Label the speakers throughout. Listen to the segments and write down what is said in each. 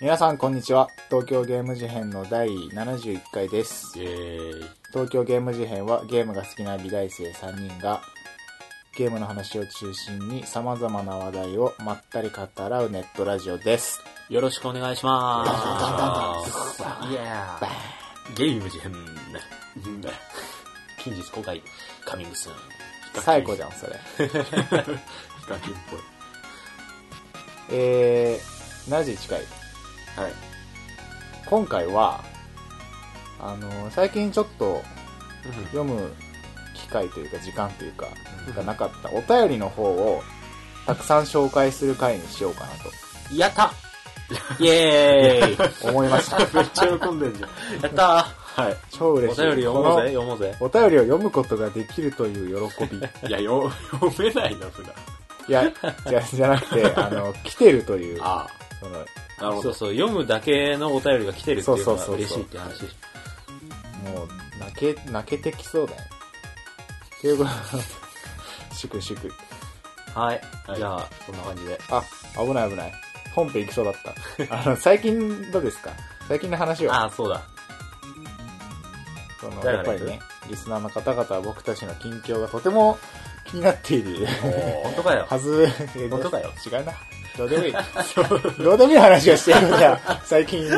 Speaker 1: 皆さんこんにちは東京ゲーム事変の第71回です
Speaker 2: イエーイ。
Speaker 1: 東京ゲーム事変はゲームが好きな美大生3人がゲームの話を中心に様々な話題をまったり語らうネットラジオです
Speaker 2: よろしくお願いしまーす。いやーゲーム事変。近日公開、カミングスーン。
Speaker 1: 最高じゃんそれ
Speaker 2: ヒカキンっぽい。
Speaker 1: えー、71回
Speaker 2: はい。
Speaker 1: 今回はあの最近ちょっと読む機会というか時間というかがなかったお便りの方をたくさん紹介する回にしようかな
Speaker 2: やったイエーイ
Speaker 1: と思いました
Speaker 2: めっちゃ喜んでんじゃん。やったーはい。
Speaker 1: 超
Speaker 2: お
Speaker 1: 嬉
Speaker 2: 便
Speaker 1: しい
Speaker 2: り読もうぜ、読もうぜ。
Speaker 1: このお便りを読むことができるという 喜び
Speaker 2: いや、よ読めないな、普段。
Speaker 1: いやじゃじゃなくてあの来てるという
Speaker 2: あ
Speaker 1: その
Speaker 2: あ。なるほ
Speaker 3: そう
Speaker 2: ど。
Speaker 3: そう、読むだけのお便りが来てるってい
Speaker 1: そ
Speaker 3: うの
Speaker 1: うそう
Speaker 3: が
Speaker 1: そうそう
Speaker 3: 嬉しいって話でし
Speaker 1: もう泣け泣けてきそうだよということで しくしく
Speaker 3: ょ。はい
Speaker 2: は。い
Speaker 3: じゃあ、こんな感じで。
Speaker 1: あ危ない危ない本編行きそうだった あの最近どうですか最近の話は
Speaker 3: ああ、そうだ。
Speaker 1: その
Speaker 3: 誰
Speaker 1: やっぱ
Speaker 3: から行
Speaker 1: り
Speaker 3: く
Speaker 1: ね、リスナーの方々は僕たちの近況がとても気になっている
Speaker 3: 本当かよ。
Speaker 1: はず。
Speaker 3: 本当かよ。
Speaker 1: 違うな。どうでもいい。 どうでもいい話をしてるのじゃあ、 最近、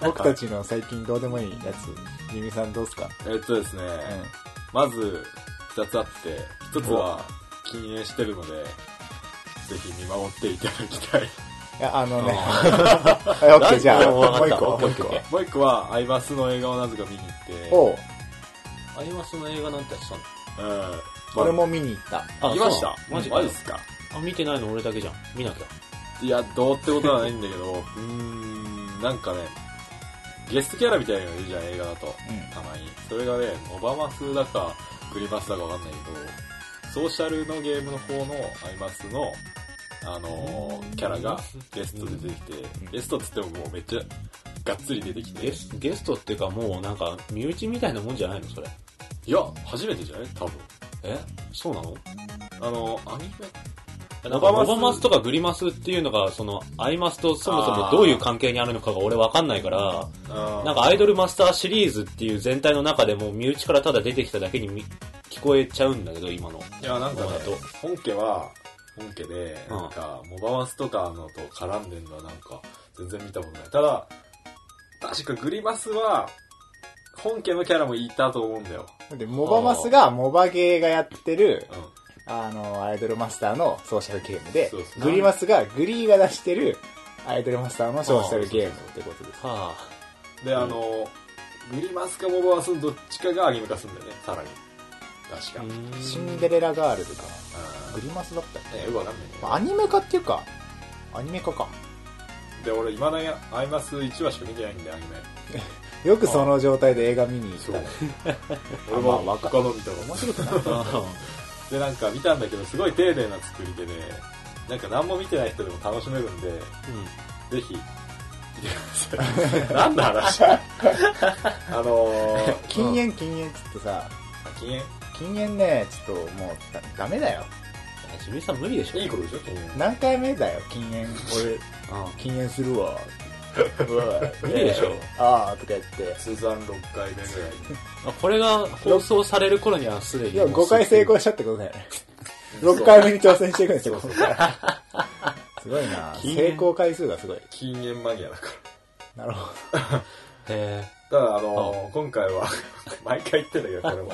Speaker 1: 僕たちの最近どうでもいいやつ、ゆみさんどうすか
Speaker 2: えっとですね、まず、二つあって、一つは禁煙してるので、ぜひ見守っていただき たい。
Speaker 1: いや、あのね、はい オッケーじ ゃあ、も
Speaker 3: わか
Speaker 1: う
Speaker 3: っ
Speaker 1: 一
Speaker 3: た
Speaker 1: 個、もう
Speaker 3: オッ
Speaker 1: 一
Speaker 3: ケー
Speaker 1: 個
Speaker 3: オッケ。
Speaker 2: もう一個は、アイバスの映画をなぜか見に行って、
Speaker 1: おう、
Speaker 3: アイマスの映画なんてやってたの
Speaker 2: うん。
Speaker 1: 俺も見に行った。
Speaker 2: まあ、見ました。
Speaker 3: そうマジ
Speaker 2: マ
Speaker 3: か
Speaker 2: ジっ。すか。
Speaker 3: あ、見てないの俺だけじゃん。見なきゃ。
Speaker 2: いや、どうってことはないんだけど、うーん、なんかね、ゲストキャラみたいなのがいるじゃん、映画だと。
Speaker 1: うん。
Speaker 2: たまに。それがね、モバマスだか、グリマスだかわかんないけど、ソーシャルのゲームの方のアイマスの、あのーキャラがゲストで出てきて、ゲストっつってももうめっちゃがっつり出てきて、
Speaker 3: ゲ
Speaker 2: い
Speaker 3: スゲストっていうかもうなんか、身内みたいなもんじゃないのそれ。
Speaker 2: や、初めてじゃない多分。
Speaker 3: えそうなの
Speaker 2: あの、アニメ
Speaker 3: なんか
Speaker 2: モバマ
Speaker 3: モ
Speaker 2: ス
Speaker 3: バマスとかグリマスっていうのが、その、アイマスとそもそもどういう関係にあるのかが俺わかんないから、なんかアイドルマスターシリーズっていう全体の中でもう身内からただ出てきただけにみ聞こえちゃうんだけど、今の。
Speaker 2: いや、なんかね
Speaker 3: モバだと、
Speaker 2: 本家は、本家で、
Speaker 3: うん
Speaker 2: なんか、モバマスとかのと絡んでんのはなんか、全然見たことない。ただ、確かグリマスは、本家のキャラもいたと思うんだよ。
Speaker 1: で、モバマスが、モバゲーがやってる
Speaker 2: う、ん。
Speaker 1: あの、アイドルマスターのソーシャルゲームで
Speaker 2: そうそ、う
Speaker 1: グリマスが、グリーが出してる、アイドルマスターのソーシャルゲームってことです。
Speaker 3: は
Speaker 2: で、あの、グリマスかモバマスのどっちかがアニメ化するんだよね、さらに。確
Speaker 3: あ
Speaker 2: か。。
Speaker 1: シンデレラガールズかな。
Speaker 2: う
Speaker 1: グリマスだったっ
Speaker 2: ん。ね、よくわかんないね
Speaker 1: け、まあアニメ化っていうか、アニメ化か。
Speaker 2: で、俺、未だにアイマス1話しか見てないんで、アニメ。
Speaker 1: よくその状態で映画見に行ったね。
Speaker 2: 俺
Speaker 1: まあ
Speaker 2: も
Speaker 1: わか
Speaker 2: 他の見たこと
Speaker 1: 面白くない
Speaker 2: でなんか見たんだけどすごい丁寧な作りでねなんか何も見てない人でも楽しめるんでぜひ見てください何の 話あのー、
Speaker 1: 禁煙禁煙っつってさ、
Speaker 2: 禁
Speaker 1: 禁煙ね、ちょっともうだダメだよ。
Speaker 3: ジミーさん無理でしょ
Speaker 2: 煙いいことでしょ禁
Speaker 1: 何回目だよ、禁煙。俺、禁煙するわ。うわ
Speaker 3: 無理でしょ、
Speaker 1: ああ、とか言って。
Speaker 2: 煙通算6回目ぐらい
Speaker 3: あこれが放送される頃にはすでに
Speaker 1: いや、5回成功したってことだよね。6回目に挑戦していくんですよ、ここからすごいな。
Speaker 2: 禁煙
Speaker 1: 成功回数がすごい。
Speaker 2: 禁煙マニアだか
Speaker 1: なるほ
Speaker 3: へ
Speaker 2: らただあのー今回は 毎回言ってんだけどこれも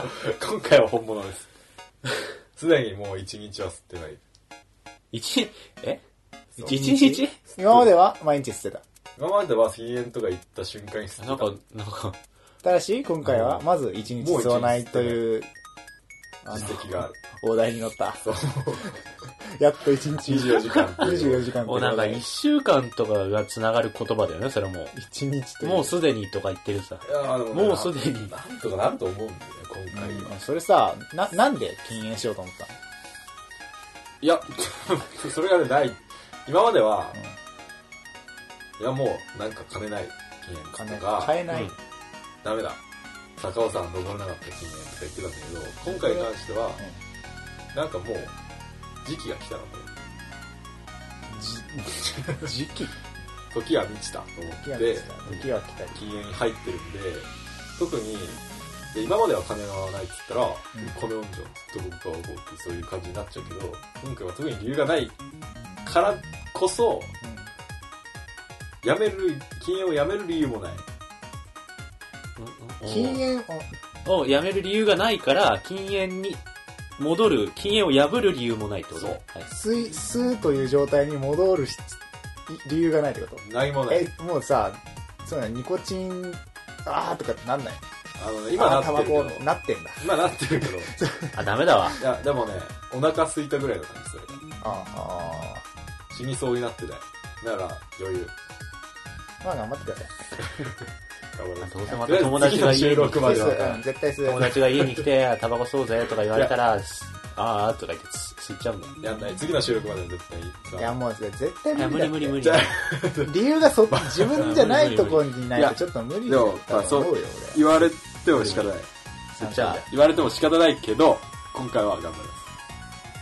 Speaker 2: 今回は本物ですすでにもう1日は吸ってない
Speaker 3: え1え
Speaker 2: そう
Speaker 3: 一日一日
Speaker 1: ど。今までは毎日捨てた。
Speaker 2: 今までは禁煙とか行った瞬間に吸ってた
Speaker 3: なんかなんか
Speaker 1: ただし、今回はまず1日吸わないという、あの
Speaker 2: 実績がある
Speaker 1: 大台に乗った。 やっと一日。
Speaker 2: 24時間っていう
Speaker 1: 24時間って
Speaker 3: もうなんか1
Speaker 1: 一
Speaker 3: 週間とかがつながる言葉だよねそれも
Speaker 1: 日と
Speaker 3: う
Speaker 1: いう。
Speaker 3: もうすでにとか言ってるさ
Speaker 2: いやーでもね
Speaker 3: もうすでに
Speaker 2: なんとかなると思うんだよね、今回は。
Speaker 1: うんそれさ、な、なんで禁煙しようと思ったの
Speaker 2: いや、 それがね、ない。今までは、いやもう、なんか金ない禁煙
Speaker 1: 金
Speaker 2: とか、
Speaker 1: 買えない。
Speaker 3: うん
Speaker 2: ダメだ。坂尾さん登れなかった禁煙とか言ってたんだけど、今回に関しては、なんかもう、時期が来たなと思って。
Speaker 1: 時期
Speaker 2: 時は満ちたと思
Speaker 1: 時は来
Speaker 2: って
Speaker 1: た。時は来たり。
Speaker 2: 禁煙に入ってるんで特にで今までは金がないって言ったら、米温情と僕は思うってそういう感じになっちゃうけど今回は特に理由がないからこそやめる禁煙をやめる理由もない
Speaker 1: 禁煙を、
Speaker 3: をやめる理由がないから、禁煙に戻る、禁煙を破る理由もないってこと
Speaker 2: そう
Speaker 3: はい。
Speaker 1: 吸い、吸うという状態に戻るし理由がないってこと
Speaker 2: 何もない
Speaker 1: え、もうさ、そうなのニコチン、あーとかってなんない
Speaker 2: あのね今な
Speaker 1: あー
Speaker 2: って
Speaker 1: タバ
Speaker 2: るけ
Speaker 1: コ
Speaker 2: ど
Speaker 1: なってんだ。
Speaker 2: 今なってるけど
Speaker 3: あ、ダメだわ。
Speaker 2: いやでもねお腹空いたぐらいの感じそれが
Speaker 1: あーあ
Speaker 2: 死にそうになってないだから余裕
Speaker 1: ー。まあ頑張ってください。
Speaker 2: 頑張ります
Speaker 3: どうせまた友達が
Speaker 2: とりあえず次の
Speaker 3: 家
Speaker 2: 収
Speaker 3: に
Speaker 2: 録まで
Speaker 1: 絶対吸うう
Speaker 2: は
Speaker 1: ん絶対吸う。
Speaker 3: 友達が家に来て、タバコ吸おうぜとか言われたら、すあーとか言ってつ吸っちゃうんだよ。
Speaker 2: やんない次の収録までは絶対
Speaker 1: いや、
Speaker 2: さ
Speaker 1: もう絶対
Speaker 3: いや、無
Speaker 1: 無理だ
Speaker 3: 理
Speaker 1: って
Speaker 3: 無理無理
Speaker 2: じゃ。あ
Speaker 1: 理由がそ、自分じゃないところにないい
Speaker 2: や
Speaker 1: とちょっと無理
Speaker 2: で
Speaker 1: だと
Speaker 2: もまあ
Speaker 1: 思
Speaker 2: そう
Speaker 1: うよ、
Speaker 2: 言われても仕方ない
Speaker 1: 俺。
Speaker 3: じゃあ
Speaker 2: 言われても仕方ないけど今回は頑張りますこ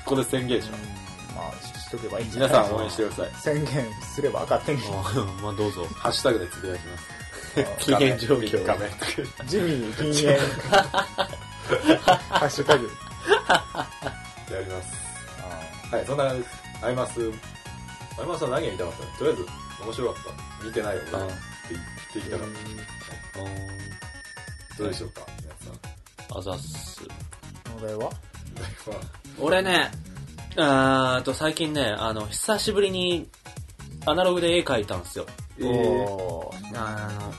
Speaker 2: こで宣言します
Speaker 1: うんまあ、しとけばいいんじゃな
Speaker 2: 皆
Speaker 1: い
Speaker 2: さん応援してください
Speaker 1: 宣言すれば分かってん けど
Speaker 3: もうまあどうぞ。
Speaker 2: ハッシュタグでつぶやきます
Speaker 3: 禁煙状況。
Speaker 2: 画面
Speaker 1: ジミ ー禁煙。ハッシュタグ。
Speaker 2: やりますはいそんな感じですアイマスアイマスは何が言いたかったのとりあえず面白かった見てないよ俺
Speaker 3: あ
Speaker 2: はって言ってきたからどうでしょうか皆さん
Speaker 3: あざっす。
Speaker 1: お題は
Speaker 2: まあ
Speaker 3: 俺ね、あーと最近ね、あの、久しぶりにアナログで絵描いたんですよ。
Speaker 2: えー
Speaker 1: おー
Speaker 3: あの、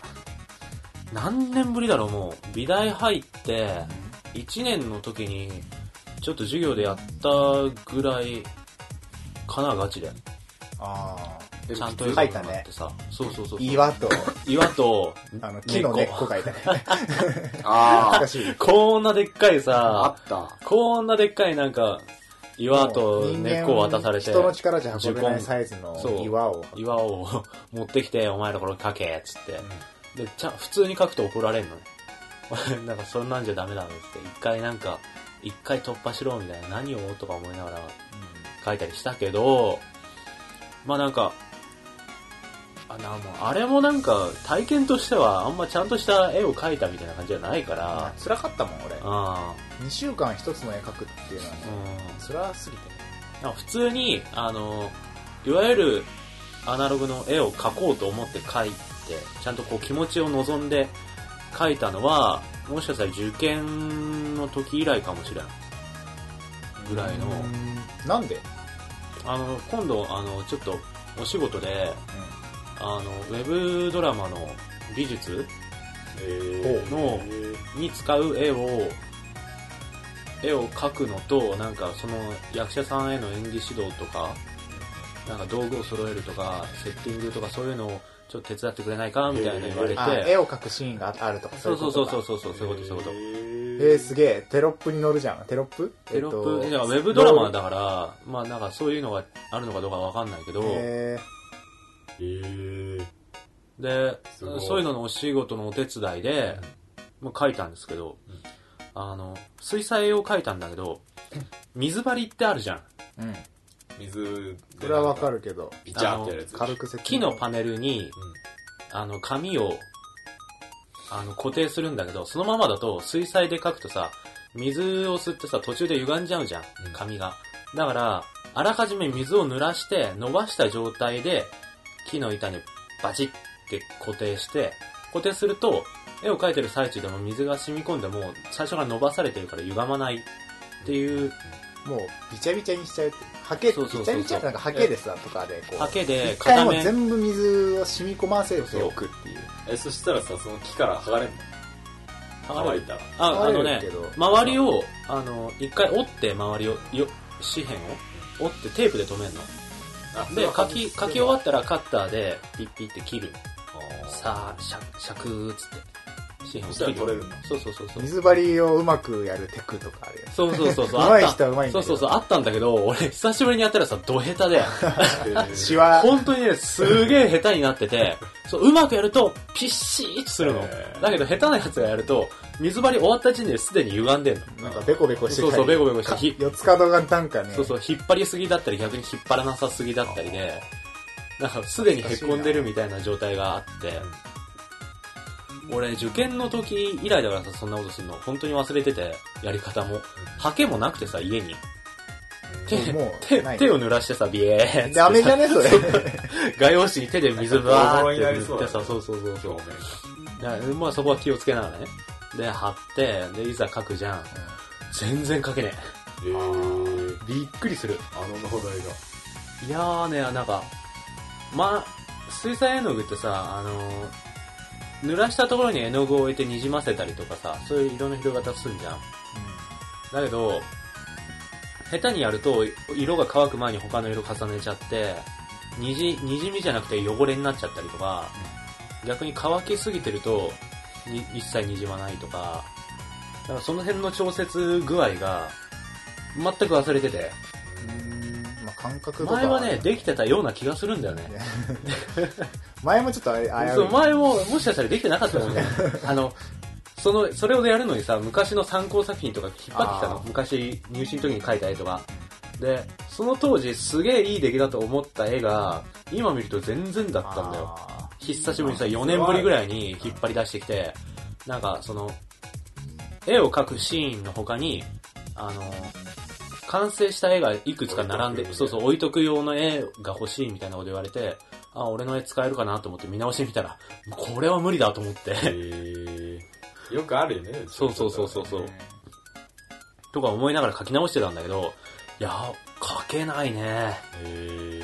Speaker 3: 何年ぶりだろう、もう。美大入って、1年の時に、ちょっと授業でやったぐらい、かな、ガチで。
Speaker 1: あ
Speaker 2: え
Speaker 3: ちゃんと
Speaker 1: 普
Speaker 3: 絵
Speaker 1: 通描いたね
Speaker 3: がってさ。そうそうそう
Speaker 1: ー。岩と、
Speaker 3: 岩と、
Speaker 1: あの、木の根っこ書いたね。
Speaker 2: あ
Speaker 1: 難しい。
Speaker 3: こんなでっかい
Speaker 2: ああ
Speaker 3: さ、
Speaker 2: った
Speaker 3: こんなでっかいなんか、岩と根っこを渡されて、
Speaker 1: 人の力じゃ運べないサイズの岩を。
Speaker 3: 岩を持ってきて、お前らこれ書け、つって。で、ちゃん、普通に書くと怒られんのね。 なんか、そんなんじゃダメだね、つって。一回なんか、一回突破しろ、みたいな。何をとか思いながら書いたりしたけど、まあなんか、あなもうあれもなんか、体験としては、あんまちゃんとした絵を描いたみたいな感じじゃないか
Speaker 1: あ
Speaker 3: ら、
Speaker 1: ー辛かったもん、俺。
Speaker 3: あ
Speaker 1: 2週間一つの絵描くっていうのはね
Speaker 3: ー、うん。
Speaker 1: 辛すぎてね。
Speaker 3: なんか普通に、あの、いわゆるアナログの絵を描こうと思って描いて、ちゃんとこう気持ちを望んで描いたのは、もしかしたら受験の時以来かもしれない。ぐらいの、
Speaker 1: うんなんで
Speaker 3: あの、今度、あの、ちょっとお仕事で、あの、ウェブドラマの美術
Speaker 2: えー
Speaker 3: のに使う絵を、絵を描くのと、なんかその役者さんへの演技指導とか、なんか道具を揃えるとか、セッティングとかそういうのをちょっと手伝ってくれないかみたいな言われ
Speaker 1: あ
Speaker 3: て、
Speaker 1: 絵を描くシーンがあるとか
Speaker 3: そうそうそうそう
Speaker 1: う
Speaker 3: そうそう、そういうことそういうこと。
Speaker 2: え
Speaker 1: えー、すげえテロップに載るじゃんテロップ
Speaker 3: テロップ、
Speaker 1: え
Speaker 3: い
Speaker 1: っ
Speaker 3: や
Speaker 1: と
Speaker 3: ウェブドラマだから、まあなんかそういうのがあるのかどうかわかんないけど、
Speaker 1: え
Speaker 2: ーえ
Speaker 3: で、
Speaker 2: すごい
Speaker 3: そういうののお仕事のお手伝いで、まあ、書いたんですけど、
Speaker 2: ん
Speaker 3: あの、水彩を書いたんだけど、水張りってあるじゃん。
Speaker 1: ーうん
Speaker 2: ー水
Speaker 1: これはわか
Speaker 2: る
Speaker 1: るけど
Speaker 2: ビチャーってやるやつ
Speaker 1: 軽く説
Speaker 3: 木
Speaker 1: 明
Speaker 3: のパネルに、
Speaker 2: うん
Speaker 3: あの、紙を、あの、固定するんだけど、そのままだと、水彩で描くとさ、水を吸ってさ、途中で歪んじゃうじゃん
Speaker 2: うん、
Speaker 3: 紙が。だから、あらかじめ水を濡らして、伸ばした状態で、木の板にバチって固定して、固定すると、絵を描いてる最中でも水が染み込んでも、最初から伸ばされてるから歪まないっていう
Speaker 1: もうビチャビチャにしちゃうってハケビチ
Speaker 3: そうそうそうそう
Speaker 1: ャビチャってなんかハケでさとかでこう
Speaker 3: ハケで
Speaker 1: 一回
Speaker 3: 固
Speaker 1: もう
Speaker 3: め、
Speaker 1: 全部水を染み込ませておくっていう
Speaker 2: えそしたらさその木から剥がれんの
Speaker 3: 剥がれ
Speaker 2: 乾い
Speaker 3: る
Speaker 2: たら
Speaker 3: あ、あの
Speaker 1: あ
Speaker 3: ね
Speaker 1: るけ、ど
Speaker 3: 周りを、あの、一回折って、周りを、よ、紙辺を折ってテープで止めるの。
Speaker 2: あ
Speaker 3: で、書
Speaker 2: それ
Speaker 3: き、
Speaker 2: は
Speaker 3: 書き終わったらカッターで、ピッピって切る。
Speaker 2: あー
Speaker 3: さあ、しゃ、しゃくーっつって。紙
Speaker 2: そし
Speaker 3: 辺
Speaker 2: た
Speaker 3: を
Speaker 2: ら
Speaker 3: 切
Speaker 2: 取
Speaker 3: る。
Speaker 2: れるの
Speaker 3: そうそうそうそう。
Speaker 1: 水張りをうまくやるテクとかあるよ
Speaker 3: そうそうそうそう。
Speaker 1: 上手
Speaker 3: あ
Speaker 1: い
Speaker 3: っ
Speaker 1: 人
Speaker 3: た
Speaker 1: は上手いんだけど
Speaker 3: そうそうそう、あったんだけど、俺、久しぶりにやったらさ、ド下手で、
Speaker 1: シワ
Speaker 3: 本当にね、すげえ下手になってて、そう、うまくやると、ピッシーっとするの
Speaker 2: へー。
Speaker 3: だけど、下手なやつがやると、水張り終わった時点ですでに歪んでんの。
Speaker 1: なんかベコベコして
Speaker 3: そうそう、ベコベ
Speaker 1: コ
Speaker 3: コして、ひ
Speaker 1: 四つ角がなんかね
Speaker 3: そうそう、引っ張りすぎだったり、逆に引っ張らなさすぎだったりで、なんかすでにへこんでるみたいな状態があって、俺受験の時以来だからさ、そんなことするの、本当に忘れてて、やり方も。ハケもなくてさ、家に。手
Speaker 1: もうもう
Speaker 3: 手
Speaker 1: ない
Speaker 3: 手を濡らしてさ、ビエーって
Speaker 1: ダメじゃねそれ。
Speaker 3: 画用紙に手で水バーって
Speaker 2: ボロボロになり
Speaker 3: 塗っ
Speaker 2: そう
Speaker 3: て
Speaker 2: だ
Speaker 3: さ、そうそうそうそう
Speaker 2: 表。面
Speaker 3: だからまあそこは気をつけながらね。で、貼って、で、いざ書くじゃん。全然書けね
Speaker 2: えー、
Speaker 3: え。びっくりする。
Speaker 2: あの農大が。
Speaker 3: いやーね、なんか、まあ、水彩絵の具ってさ、あのー濡らしたところに絵の具を置いてにじませたりとかさ、そういう色の広がり方するじゃん。だけど、下手にやると、色が乾く前に他の色重ねちゃって、にじ、にじみじゃなくて汚れになっちゃったりとか、逆に乾きすぎてると、に一切にじまないとか、だからその辺の調節具合が、全く忘れてて、
Speaker 1: うんまあ感覚とか。
Speaker 3: 前はね、できてたような気がするんだよね。
Speaker 1: 前もちょっとあれ、あや
Speaker 3: そう、前も、もしかしたらできてなかったも んね。あの、その、それをやるのにさ、昔の参考作品とか引っ張ってきた
Speaker 1: あ
Speaker 3: の。
Speaker 1: ー
Speaker 3: 昔、入試の時に描いた絵とか。で、その当時、すげえいい出来だと思った絵が、今見ると全然だったんだよ。
Speaker 1: あ
Speaker 3: 久しぶりにさ、4年ぶりぐらいに引っ張り出してきて、なんか、その、絵を描くシーンの他に、あの、完成した絵がいくつか並んで、
Speaker 2: 置いとく
Speaker 3: そうそう、置いとく用の絵が欲しいみたいなこと言われて、あ、俺の絵使えるかなと思って見直してみたら、これは無理だと思って、
Speaker 2: えー、よくあるよね。
Speaker 3: そうそうそうそう
Speaker 1: ー
Speaker 3: そう、とか思いながら描き直してたんだけど、いやー、描けないね
Speaker 2: え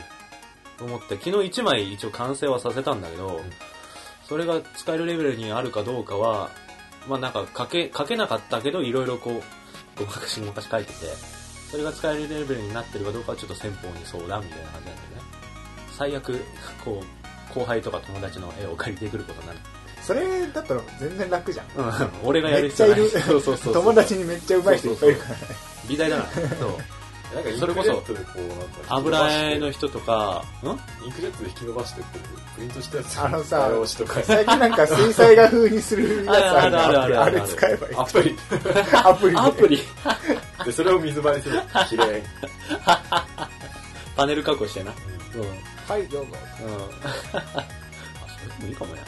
Speaker 2: ー、
Speaker 3: と思って、昨日1枚一応完成はさせたんだけど、それが使えるレベルにあるかどうかは、まあなんか書け、書けなかったけど、いろいろこう、ごまかしごまかし書いてて、それが使えるレベルになってるかどうかはちょっと先方に相談みたいな感じなんだよね。最悪、こう、後輩とか友達の絵を借りてくることになる。
Speaker 1: それだったら全然楽じゃん。
Speaker 3: うん、俺がやる必要ない。
Speaker 1: めっちゃいる
Speaker 3: そうそうそうそう。
Speaker 1: 友達にめっちゃうまい人いっぱいいるから。
Speaker 3: 美大だな。そう。
Speaker 2: なんかイン
Speaker 3: そ
Speaker 2: ク
Speaker 3: れ
Speaker 2: ジ
Speaker 3: こ
Speaker 2: ェ
Speaker 3: そ
Speaker 2: ットでこうなんか
Speaker 3: 油絵の人とか、ん
Speaker 2: インクジェットで引き伸ばしてってプリントしたやつ
Speaker 1: あのさ
Speaker 2: 用紙とか
Speaker 1: 最近なんか水彩画風にするやつある
Speaker 3: あ
Speaker 1: な
Speaker 3: るあるあ
Speaker 1: あ
Speaker 3: るある
Speaker 1: れ使え ばいい。
Speaker 2: アプリ
Speaker 1: アプリで。
Speaker 3: アプリ、
Speaker 2: でそれを水映え する綺麗
Speaker 3: パネル加工してな。うん。うん。
Speaker 1: はい、どうぞ。
Speaker 3: あ、それでもいいかもね。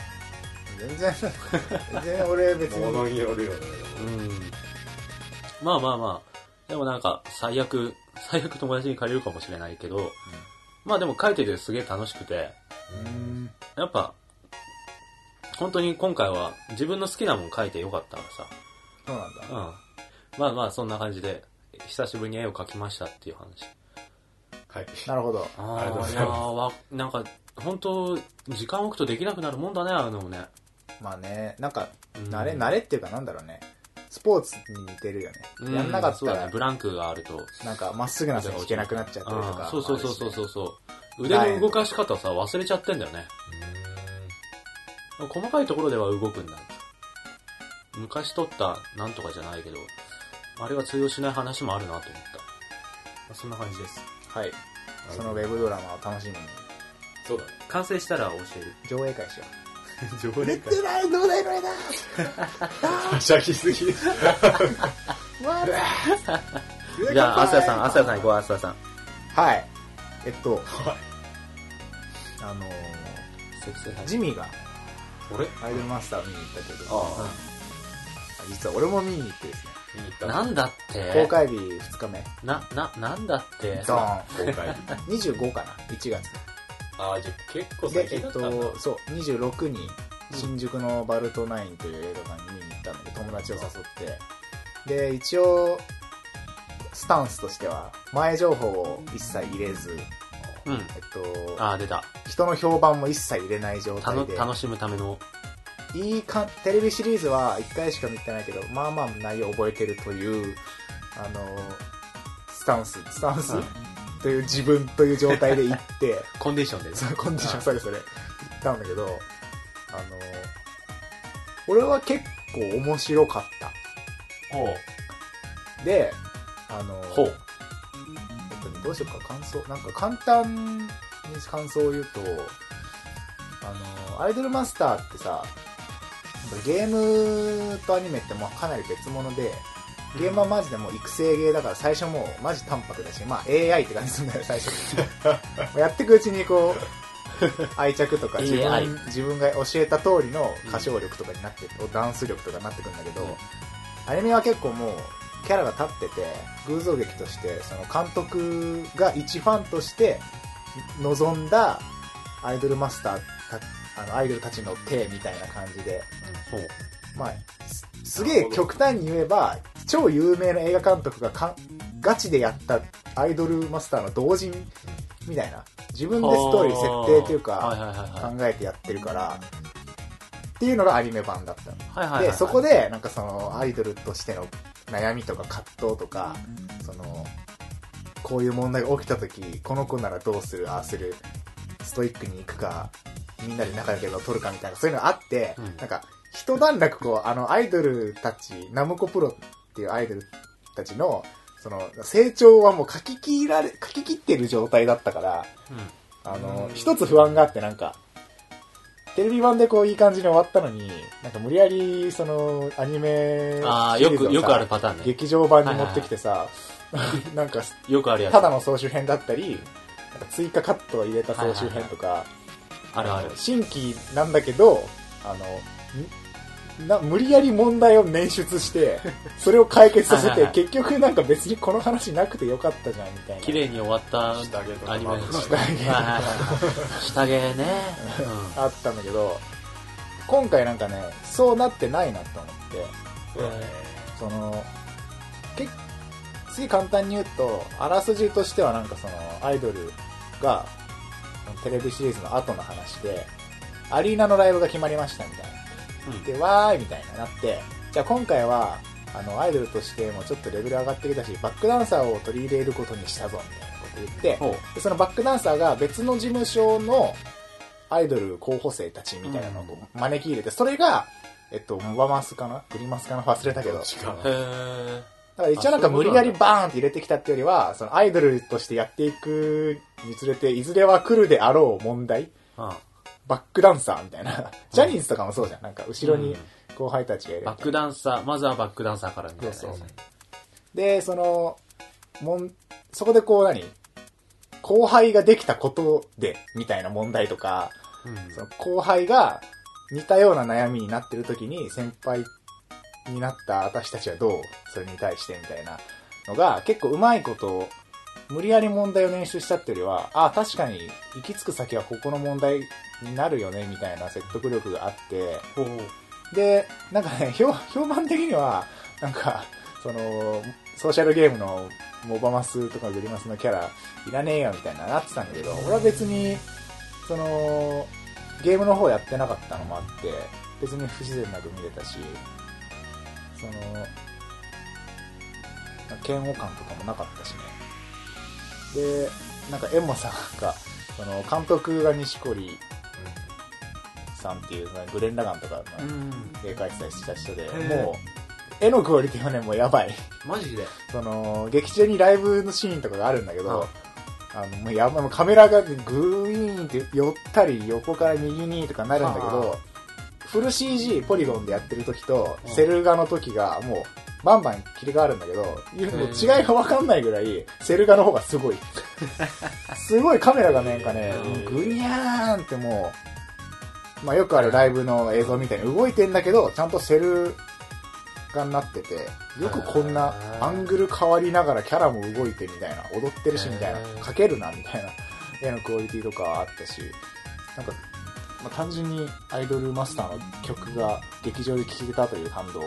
Speaker 1: 全然、全然俺別に。
Speaker 2: 物によるよね
Speaker 3: うん。まあまあまあ。でもなんか、最悪、最悪友達に借りるかもしれないけど、まあでも書いててすげえ楽しくて、
Speaker 1: うん
Speaker 3: やっぱ、本当に今回は自分の好きなもん書いてよかったからさ。
Speaker 1: そうなんだ
Speaker 3: うん。。まあまあ、そんな感じで、久しぶりに絵を描きましたっていう話。
Speaker 2: はい
Speaker 1: なるほど。
Speaker 3: あ
Speaker 2: ありがとう
Speaker 3: ー
Speaker 2: ございます
Speaker 3: やーわなんか、本当時間置くとできなくなるもんだね、ああいうのもね。
Speaker 1: まあね、なんか、
Speaker 3: うん
Speaker 1: 慣れ、慣れっていうかなんだろうね。スポーツに似てるよね。
Speaker 3: う
Speaker 1: やんなかっ
Speaker 3: そ
Speaker 1: た
Speaker 3: うだ
Speaker 1: ら
Speaker 3: ね、ブ、ランクがあると。
Speaker 1: なんか、まっすぐな線引けなくなっちゃったりと
Speaker 3: あ
Speaker 1: か。
Speaker 3: ーそうそうそうそうそうそう腕の動かし方さ忘れちゃってんだよね細かいところでは動くんだ昔撮ったなんとかじゃないけどあれは通用しない話もあるなと思ったまあそんな感じです
Speaker 1: はい。そのウェブドラマを楽しみに。
Speaker 2: そ うだね
Speaker 3: 完成したら教える
Speaker 1: 上映会しよ
Speaker 2: 上
Speaker 1: う。出
Speaker 2: 映
Speaker 1: てないどうだいこれだ
Speaker 2: 会しゃぎすぎです
Speaker 1: わー
Speaker 3: じゃあ、アスヤさん、アスヤさん行こう、アスヤさん。
Speaker 1: はい。えっと、
Speaker 2: はい
Speaker 1: あのー
Speaker 3: セクセ
Speaker 1: ジミーが
Speaker 2: 俺
Speaker 1: アイドルマスターを見に行ったけど、
Speaker 2: ああ
Speaker 1: 実は俺も見に行ってですね、
Speaker 2: 見に行った
Speaker 3: なんだって
Speaker 1: 公開日2日目、
Speaker 3: な、な、なんだって
Speaker 1: ドーン
Speaker 2: 公開日
Speaker 1: 25かな、1月
Speaker 2: ああじゃあ結構
Speaker 1: の。で
Speaker 2: 最、
Speaker 1: え
Speaker 2: 近だ
Speaker 1: っ
Speaker 2: ったんだ
Speaker 1: と、そう、26に新宿のバルトナインという映画館に見に行ったんだけど、友達を誘って、で、一応、スタンスとしては、前情報を一切入れず、
Speaker 3: うん。
Speaker 1: えっと、
Speaker 3: あー、出た。
Speaker 1: 人の評判も一切入れない状
Speaker 3: た
Speaker 1: 態
Speaker 3: の
Speaker 1: で、
Speaker 3: 楽しむための。
Speaker 1: いいか、テレビシリーズは1回しか見てないけど、まあまあ内容覚えてるという、あのースタンス、スタンス、
Speaker 3: うん
Speaker 1: という自分という状態で行って、
Speaker 3: コンディションで
Speaker 1: そのコンディション、それそれ、行ったんだけど、あのー俺は結構面白かっ
Speaker 3: ほう。
Speaker 1: た。で、あのー
Speaker 3: ほう。
Speaker 1: えっとねどうしようか、感想、なんか簡単に感想を言うと、あの、アイドルマスターってさ、ゲームとアニメってもうかなり別物で、ゲームはマジでもう育成ゲーだから最初もうマジ淡白だし、まあ AI って感じするんだよ、最初。やっていくうちにこう、愛着とか自
Speaker 4: AI
Speaker 1: 分自分が教えた通りの歌唱力とかになって、ダンス力とかになってくるんだけど、アニメは結構もうキャラが立ってて偶像劇としてその監督が一ファンとして望んだアイドルマスターたあのアイドルたちの手みたいな感じで
Speaker 4: そう。
Speaker 1: まあ、すすげえ極端に言えば超有名な映画監督がかんガチでやったアイドルマスターの同人みたいな自分でストーリー設定という
Speaker 4: はい
Speaker 1: か
Speaker 4: はいはいは
Speaker 1: 考えてやってるからっていうのがアニメ版だったの
Speaker 4: い。はいはいはい
Speaker 1: でそこでなんかそのアイドルとしての悩みとか葛藤とかそのこういう問題が起きた時この子ならどうするああするストイックに行くかみんなで仲良ければ取るかみたいなそういうのがあって、
Speaker 4: うん
Speaker 1: なんか一段落こうあのアイドルたちナムコプロっていうアイドルたちのその成長はもう書き切られ書き切ってる状態だったから
Speaker 4: うん
Speaker 1: あの
Speaker 2: うん
Speaker 1: 一つ不安があってなんかテレビ版でこういい感じに終わったのになんか無理やりそのアニメ
Speaker 4: ああ、よ
Speaker 1: シリーズを
Speaker 4: く、
Speaker 1: さ
Speaker 4: よくあるパターンね。
Speaker 1: 劇場版に持ってきてさ、なんか
Speaker 4: よくあるやつ。
Speaker 1: ただの総集編だったりなんか追加カットを入れた総集編とか、
Speaker 4: あるある。
Speaker 1: 新規なんだけどあのんな無理やり問題を捻 出してそれを解決させ
Speaker 4: はい
Speaker 1: て
Speaker 4: はい
Speaker 1: 結局なんか別にこの話なくてよかったじゃんみたいな
Speaker 4: 綺 麗に終わった
Speaker 2: 下着とか
Speaker 4: アニメ
Speaker 2: まあ
Speaker 1: 下着
Speaker 4: 下着ね。
Speaker 1: あったんだけど今回なんかねそうなってないなと思って
Speaker 2: そうだね
Speaker 1: そのけ次簡単に言うとあらすじとしてはなんかそのアイドルがテレビシリーズの後の話でアリーナのライブが決まりましたみたいなでわーいみたいになってじゃあ今回はあのアイドルとしてもちょっとレベル上がってきたしバックダンサーを取り入れることにしたぞみたいなこと言って
Speaker 4: ほ
Speaker 1: でそのバックダンサーが別の事務所のアイドル候補生たちみたいなのをこう招き入れてそれがえっとモバマスかなグリマスかな忘れたけど
Speaker 2: どっ
Speaker 1: だ
Speaker 2: ちか
Speaker 4: う。へー
Speaker 1: から一応なんか無理やりバーンって入れてきたってよりはそのアイドルとしてやっていくにつれていずれは来るであろう問題
Speaker 4: あ
Speaker 1: バックダンサーみたいなジャニーズとかもそうじゃんなんか後ろに後輩たちがいる
Speaker 4: バックダンサー、まずはバックダンサーからみたいな。
Speaker 1: そうそうで、その、もん、そこでこう何後輩ができたことで、みたいな問題とか、
Speaker 4: うん
Speaker 1: その後輩が似たような悩みになってる時に先輩になった私たちはどうそれに対してみたいなのが結構うまいことを無理やり問題を練習したっていうよりはああ確かに行き着く先はここの問題になるよねみたいな説得力があって
Speaker 4: ほう
Speaker 1: で、なんかね、 評評判的には、なんか、その、ソーシャルゲームのモバマスとかグリマスのキャラいらねえよみたいななってたんだけど、俺は別に、その、ゲームの方やってなかったのもあって、別に不自然なく見れたし、その、嫌悪感とかもなかったしね。で、なんかエモさんが、その、監督が西堀さんっていう、グレン・ラガンとかの、
Speaker 4: うん。
Speaker 1: 絵描いてたりした人で、
Speaker 4: ー
Speaker 1: もう、絵のクオリティはね、もうやばい。
Speaker 4: マジで
Speaker 1: その、劇中にライブのシーンとかがあるんだけ
Speaker 4: は
Speaker 1: ど、あの、もうやばい、もうカメラがグイーンって寄ったり、横から右にとかなるんだけ
Speaker 4: は
Speaker 1: ど、フル CG ポリゴンでやってる時と
Speaker 4: う、ん
Speaker 1: セル画の時がもう、バンバン切り替わるんだけど、もう違いがわかんないぐらい、セル画の方が すごい。すごいカメラがね、なんかね、
Speaker 4: うん
Speaker 1: グニャーンってもう、まあよくあるライブの映像みたいに動いてんだけど、ちゃんとセル画になってて、よくこんな
Speaker 4: へー
Speaker 1: アングル変わりながらキャラも動いてみたいな、踊ってるしみたいな
Speaker 4: へー、
Speaker 1: かけるなみたいな絵のクオリティとかあったし、なんか、まあ、単純にアイドルマスターの曲が劇場で聴けたという感動。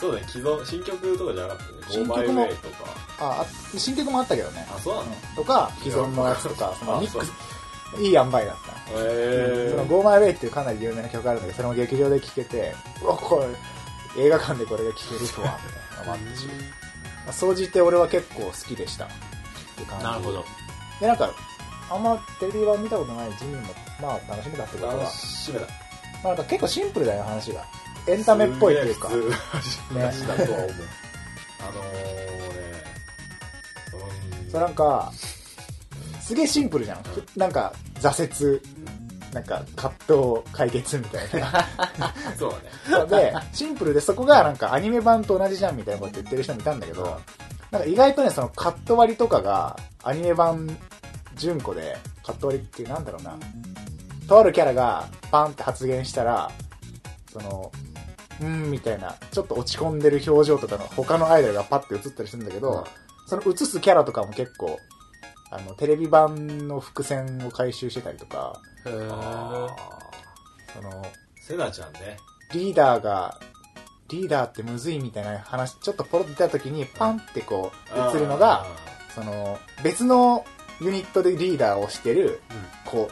Speaker 2: そうだね既存新曲とかじゃなかったね
Speaker 1: 新
Speaker 2: Go
Speaker 1: 曲
Speaker 2: My
Speaker 1: も
Speaker 2: Way とか
Speaker 1: あ、あ新曲もあったけどね。
Speaker 2: あそうなの
Speaker 1: うんとか、既存のやつとか、その
Speaker 2: あ
Speaker 1: ミッ
Speaker 2: そう
Speaker 1: クス、いい塩梅だった。
Speaker 2: へ
Speaker 1: その
Speaker 2: ー
Speaker 1: Go My Way っていうかなり有名な曲があるんだけど、それも劇場で聴けて、うわ、これ、映画館でこれが聴けるとは、みたいなのもあったし、まあ総じて俺は結構好きでした。って感じ
Speaker 4: なるほど。
Speaker 1: で、なんか、あんまテレビは見たことないジミーも、まあ楽しみだってことは、ま
Speaker 2: 楽しめだ
Speaker 1: あなんか結構シンプルだよ、話が。エンタメっぽいっていうか。
Speaker 2: すげえ普通
Speaker 1: ね
Speaker 2: の話だとは思うあのーねうん
Speaker 1: そうなんか、すげえシンプルじゃん。ふなんか、挫折、なんか、葛藤、解決みたいな。
Speaker 2: そうだね
Speaker 1: そうで、シンプルで、そこがなんかアニメ版と同じじゃんみたいなこと言ってる人もいたんだけど、なんか意外とね、そのカット割りとかがアニメ版順個でカット割りっていうなんだろうなとあるキャラがパンって発言したらそのうーんみたいなちょっと落ち込んでる表情とかの他のアイドルがパッて映ったりするんだけど、その映すキャラとかも結構あのテレビ版の伏線を回収してたりとか
Speaker 3: へ
Speaker 2: あ
Speaker 3: ー
Speaker 1: その
Speaker 2: セナちゃんね。
Speaker 1: リーダーが、リーダーってむずいみたいな話、ちょっとポロって出た時にパンってこう映るのが、その、別のユニットでリーダーをしてる子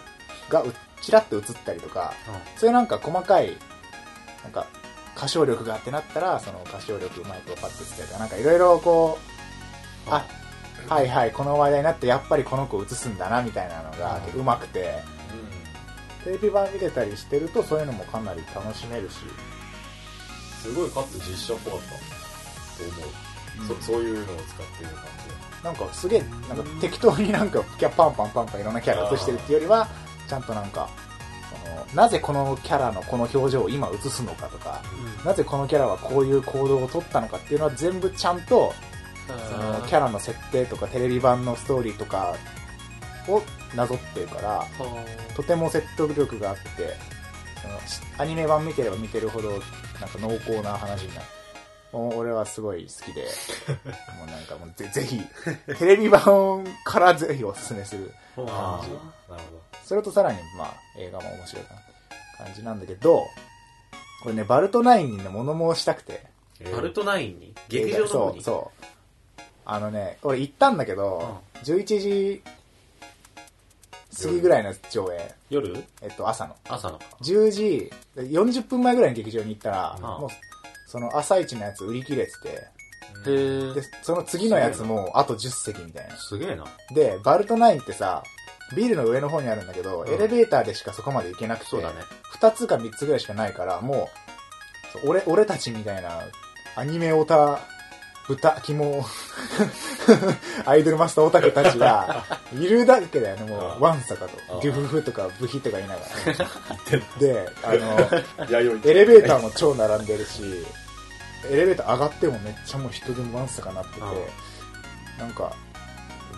Speaker 1: がうちらっと映ったりとか、そういうなんか細かい、なんか、歌唱力がってなったら、その歌唱力うまいことパッてつったりとか、なんかいろいろこう、あ、はいはい、この話題になってやっぱりこの子映すんだなみたいなのがうまくて、
Speaker 2: うん。
Speaker 1: テレビ版見てたりしてるとそういうのもかなり楽しめるし、
Speaker 2: すごいカット実写っぽかった。と思う。そそういうのを使ってる感
Speaker 1: なんかすげえ、なんか適当になんかキャパンパンパンパンいろんなキャラ映してるっていうよりは、ちゃんとなんか、そのなぜこのキャラのこの表情を今映すのかとか、なぜこのキャラはこういう行動を取ったのかっていうのは全部ちゃんと、そのキャラの設定とかテレビ版のストーリーとかをなぞってるから、とても説得力があって、そのしアニメ版見てれば見てるほど、なんか濃厚な話になる。もう俺はすごい好 きで、もうなんかもうぜぜひ、テレビ版からぜひおすすめする
Speaker 2: じ。
Speaker 1: 感じ。
Speaker 2: なるほど。
Speaker 1: それとさらに、まあ、映画も面白いかなって感じなんだけど、これね、バルトナインにね、物申したくて。
Speaker 2: えー
Speaker 4: バルトナインに劇場の方
Speaker 1: そう、
Speaker 4: に
Speaker 1: そう。あのね、俺行ったんだけど、11時過ぎぐらいの上映、
Speaker 4: 夜
Speaker 1: えっと、朝の。
Speaker 4: 朝のか。
Speaker 1: 10時、40分前ぐらいに劇場に行ったら、
Speaker 4: ん
Speaker 1: もう、その朝一のやつ売り切れてて、
Speaker 3: へー
Speaker 1: で、その次のやつもあと10席みたいな。
Speaker 4: すげえな。
Speaker 1: で、バルトナインってさ、ビルの上の方にあるんだけど、エレベーターでしかそこまで行けなくて、
Speaker 4: そうだね。
Speaker 1: 2つか3つぐらいしかないから、もう、そう俺、俺たちみたいな、アニメオタ、豚、肝、 アイドルマスターオタクたちが、いるだけだよね、も
Speaker 2: あ
Speaker 1: う、ワンサか
Speaker 2: あ
Speaker 1: と、デュフフとかブヒとか言いなが
Speaker 2: てん
Speaker 1: ら。で、あの、
Speaker 2: 弥生
Speaker 1: エレベーターも超並んでるし、エレベーター上がってもめっちゃもう人でもわんさかなってて、なんか、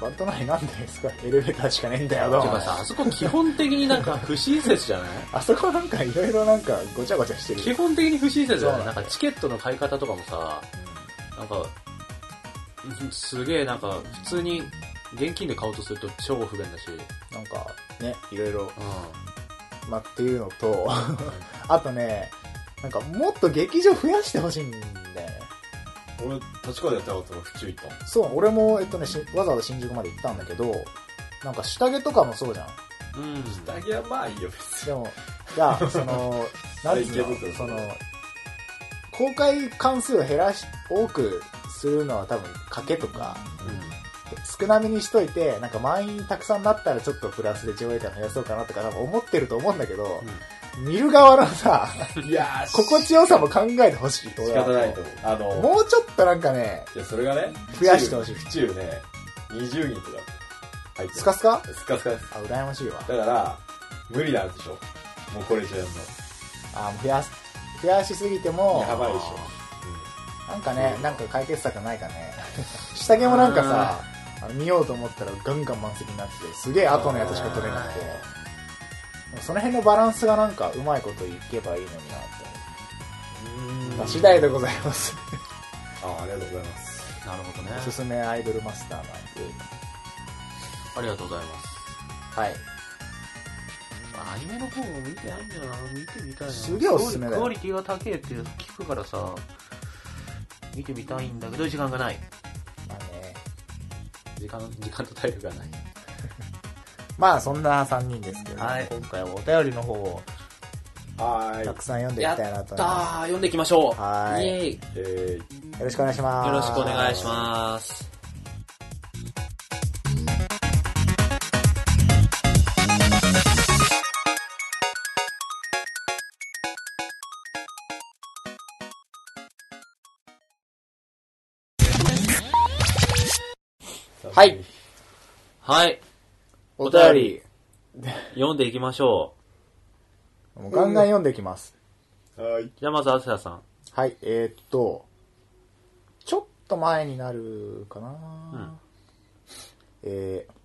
Speaker 1: バッドナインなんでですかエレベーターしかねえんだよ、どう
Speaker 3: て
Speaker 1: も
Speaker 3: かさ、あそこ基本的になんか不親切じゃない
Speaker 1: あそこなんかいろいろなんかごちゃごちゃしてる。
Speaker 3: 基本的に不親切じゃ
Speaker 1: そ
Speaker 3: な
Speaker 1: うな
Speaker 3: いなんん
Speaker 1: だ
Speaker 3: かチケットの買い方とかもさ、なんか、うんすげえなんか普通に現金で買おうとすると超不便だし、
Speaker 1: なんか、ね、いろいろ、
Speaker 3: う
Speaker 1: まあ、っていうのと、 あとね、なんかもっと劇場増やしてほしいんだよね。
Speaker 2: 俺、立川でやったことが府中行ったもん。
Speaker 1: そう、俺も、えっとね、しわざわざ新宿まで行ったんだけど、なんか下着とかもそうじゃん。
Speaker 3: ん。うん。
Speaker 2: 下着はまあいいよ、別
Speaker 1: で
Speaker 2: に。
Speaker 1: も、いや、その、なんつう
Speaker 2: 池
Speaker 1: の、
Speaker 2: 袋
Speaker 1: その、公開関数を減らし、多くするのは多分、賭けとか、少なめにしといて、なんか満員たくさんなったらちょっとプラスで上映会増やそうかなとか多分思ってると思うんだけど、見る側のさ、
Speaker 2: いやー、
Speaker 1: 心地よさも考えてほしい。
Speaker 2: 仕方ないと思う。あの、
Speaker 1: もうちょっとなんかね、
Speaker 2: いや、それがね、
Speaker 1: 増やしてほしい
Speaker 2: 府中ね、20人とか入ってる
Speaker 1: スカスカ
Speaker 2: スカスカです。
Speaker 1: あ、羨ましいわ。
Speaker 2: だから、無理なんでしょ。もうこれ以上やる
Speaker 1: あ、もう増やす、増やしすぎて
Speaker 2: の。
Speaker 1: も、
Speaker 2: やばいでしょ。
Speaker 1: なんかね、なんか解決策ないかね。下着もなんかさ、あの見ようと思ったらガンガン満席になってて、すげえ後のやつしか取れなくて、その辺のバランスがなんかうまいこといけばいいのになって思う。次第でございます。
Speaker 2: ああ、ありがとうございます。
Speaker 3: なるほどね
Speaker 1: お。すすめアイドルマスターなんで。
Speaker 3: ありがとうございます。
Speaker 1: はい。
Speaker 3: まあアニメの方も見てないんだよな。見てみたいな。
Speaker 1: すげえおすすめだよ
Speaker 3: クオリティが高えって聞くからさ、見てみたいんだけど時間がない。
Speaker 1: まあね。
Speaker 3: 時間、時間と体力がない。
Speaker 1: まあそんな3人ですけど、
Speaker 3: はい
Speaker 1: 今回はお便りの方を
Speaker 2: はー
Speaker 1: た
Speaker 2: い。
Speaker 1: くさん読んでい
Speaker 3: や
Speaker 1: き
Speaker 3: った
Speaker 1: いなと思い
Speaker 3: ー
Speaker 1: ま
Speaker 3: 読んでいきましょう
Speaker 1: はーい
Speaker 3: イエーイ
Speaker 2: えー、
Speaker 1: す。よろしくお願いします。
Speaker 3: よろしくお願いします。
Speaker 1: はい。
Speaker 3: はい。
Speaker 1: お便り、
Speaker 3: 読んでいきましょ
Speaker 1: もうガンガン読んでいきます。
Speaker 2: はーい。
Speaker 3: う。じゃあまず、あせやさん。
Speaker 1: はい、えーっと、ちょっと前になるかな、
Speaker 3: ん
Speaker 1: えー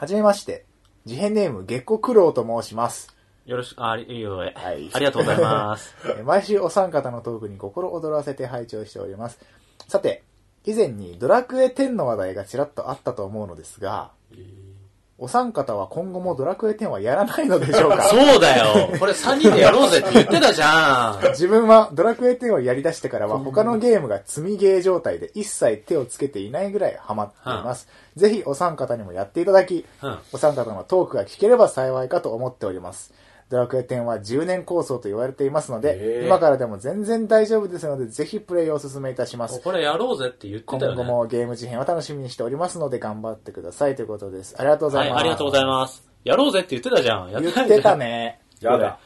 Speaker 1: はじめまして、事変ネーム、月光苦労と申します。
Speaker 3: よろしく、あ、いいよ、え
Speaker 1: はい
Speaker 3: ありがとうござい ます。
Speaker 1: えー毎週お三方のトークに心躍らせて拝聴しております。さて、以前にドラクエ10の話題がちらっとあったと思うのですが、お三方は今後もドラクエ10はやらないのでしょうか
Speaker 4: そうだよ
Speaker 3: これ3人でやろうぜって言ってたじ ゃん。
Speaker 1: 自分はドラクエ10をやり出してからは他のゲームが積みゲー状態で一切手をつけていないぐらいハマっています。ぜひお三方にもやっていただき、
Speaker 3: うん
Speaker 1: お三方のトークが聞ければ幸いかと思っております。ドラクエ10は10年構想と言われていますので、
Speaker 2: えー
Speaker 1: 今からでも全然大丈夫ですので、ぜひプレイをお勧めいたします。
Speaker 3: これやろうぜって言って
Speaker 1: 今
Speaker 3: たよ
Speaker 1: 後
Speaker 3: ね。
Speaker 1: もゲーム事変を楽しみにしておりますので頑張ってくださいということです。ありがとうござ
Speaker 4: はいい、
Speaker 1: ます。
Speaker 4: ありがとうございます。やろうぜって言ってたじゃん。やって
Speaker 1: 言
Speaker 4: な
Speaker 1: っ
Speaker 4: いじゃん
Speaker 1: てた。ね。
Speaker 2: やだ。
Speaker 4: や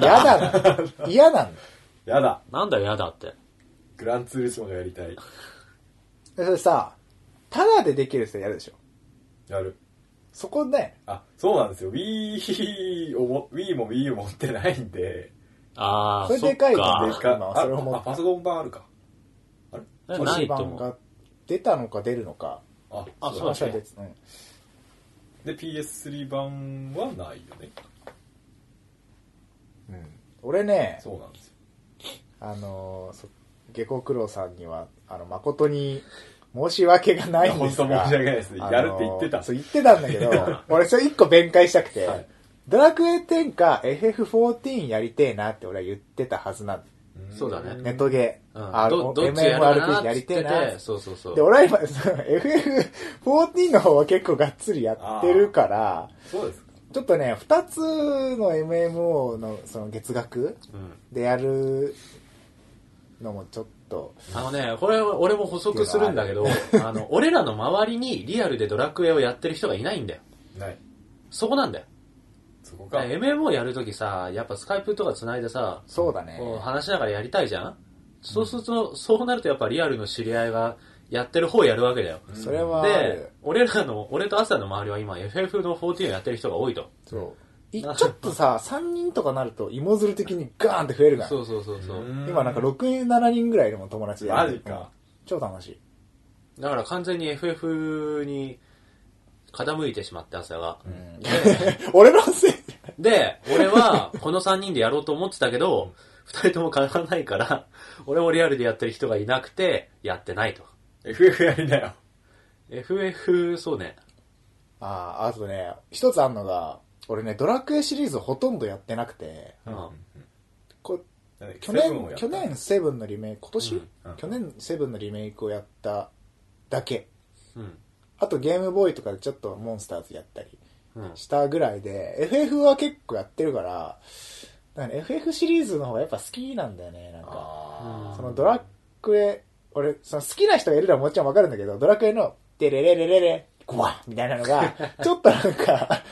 Speaker 4: だ。
Speaker 1: だな。嫌 なんだ。
Speaker 2: やだ。
Speaker 4: なんだよ、やだって。
Speaker 2: グランツーリスモがやりたい。
Speaker 1: それさ、ただでできる人やるでしょ。
Speaker 2: やる。
Speaker 1: そこね、
Speaker 2: あ、そうなんですよ。Wii をも、Wii も Wii を持ってないんで、
Speaker 4: あ
Speaker 1: そ
Speaker 4: ー、
Speaker 1: れ
Speaker 4: そ
Speaker 1: で
Speaker 4: っ
Speaker 1: かい
Speaker 4: か。
Speaker 1: ね
Speaker 2: でか
Speaker 1: まあ
Speaker 2: あ
Speaker 1: それを持っ
Speaker 2: あ、パソコン版あるか。あれ
Speaker 4: えな
Speaker 1: 推し
Speaker 4: いと思
Speaker 1: 版
Speaker 4: う。
Speaker 1: が出たのか出るのか。
Speaker 2: あ、
Speaker 4: あそうだ
Speaker 2: そう
Speaker 4: ね
Speaker 1: 話は出てうん
Speaker 2: で、PS3 版はないよね。
Speaker 1: 俺ね、
Speaker 2: そうなんですよ。
Speaker 1: あのー、そ下校苦労さんには、あの、誠に申し訳がないんですが。
Speaker 2: いや本当申し訳ないですね
Speaker 1: あのー
Speaker 2: やるって言ってた
Speaker 1: そう、言ってたんだけど、俺それ一個弁解したくて、
Speaker 2: はい
Speaker 1: ドラクエ10か FF14 やりてえなって俺は言ってたはずなん
Speaker 2: ん
Speaker 3: そうだね
Speaker 1: ネットゲー。
Speaker 3: うん、どどっちやるか
Speaker 1: MMORPG や
Speaker 3: なって言
Speaker 1: り
Speaker 3: って
Speaker 1: え
Speaker 3: て
Speaker 1: な
Speaker 3: て、。そうそうそう。
Speaker 1: で、俺は今、その FF14 の方は結構がっつりやってるから、
Speaker 2: そうですか。
Speaker 1: ちょっとね、二つの MMO のその月額
Speaker 3: うん
Speaker 1: でやるのもちょっと、
Speaker 3: あのね、これは俺も補足するんだけど、あの、俺らの周りにリアルでドラクエをやってる人がいないんだよ。
Speaker 2: ない。
Speaker 3: そこなんだよ。
Speaker 2: そこか。
Speaker 3: MMO やるときさ、やっぱスカイプとか繋いでさ、
Speaker 1: そうだね。
Speaker 3: こう話しながらやりたいじゃんそうすると、そうなるとやっぱリアルの知り合いがやってる方やるわけだよ。
Speaker 1: それはあ
Speaker 3: で
Speaker 1: る、
Speaker 3: 俺らの、俺と朝の周りは今 FF の14やってる人が多いと。
Speaker 1: そういちょっとさ、3人とかなると、芋づる的にガーンって増えるから。
Speaker 3: そうそうそうそう。
Speaker 2: うん
Speaker 1: 今なんか6、7人ぐらいでも友達でや
Speaker 2: マ
Speaker 1: る
Speaker 2: ジか。。
Speaker 1: 超楽しい。
Speaker 3: だから完全に FF に傾いてしまって朝が。
Speaker 1: 俺のせい。
Speaker 3: で、俺はこの3人でやろうと思ってたけど、2人とも変わらないから、俺もリアルでやってる人がいなくて、やってないと。
Speaker 2: FF やりなよ。
Speaker 3: FF、そうね。
Speaker 1: あーあとね、一つあんのが、俺ね、ドラクエシリーズほとんどやってなくて、
Speaker 3: うん。
Speaker 1: こ
Speaker 2: なんだっけ
Speaker 1: 去
Speaker 2: セブンを
Speaker 1: 年
Speaker 2: や、った
Speaker 1: 去年セブンのリメイク、今年、
Speaker 2: うん
Speaker 1: 去年セブンのリメイクをやっただけ。
Speaker 3: うん。
Speaker 1: あとゲームボーイとかでちょっとモンスターズやったり
Speaker 3: うん。
Speaker 1: したぐらいで、FF は結構やってるから、だからね FF シリーズの方がやっぱ好きなんだよね、なんか。
Speaker 2: あ
Speaker 1: そのドラクエ、俺、その好きな人がいるのはもちろんわかるんだけど、ドラクエの、でれれれれれ、ゴワッみたいなの が、ちょっとなんか、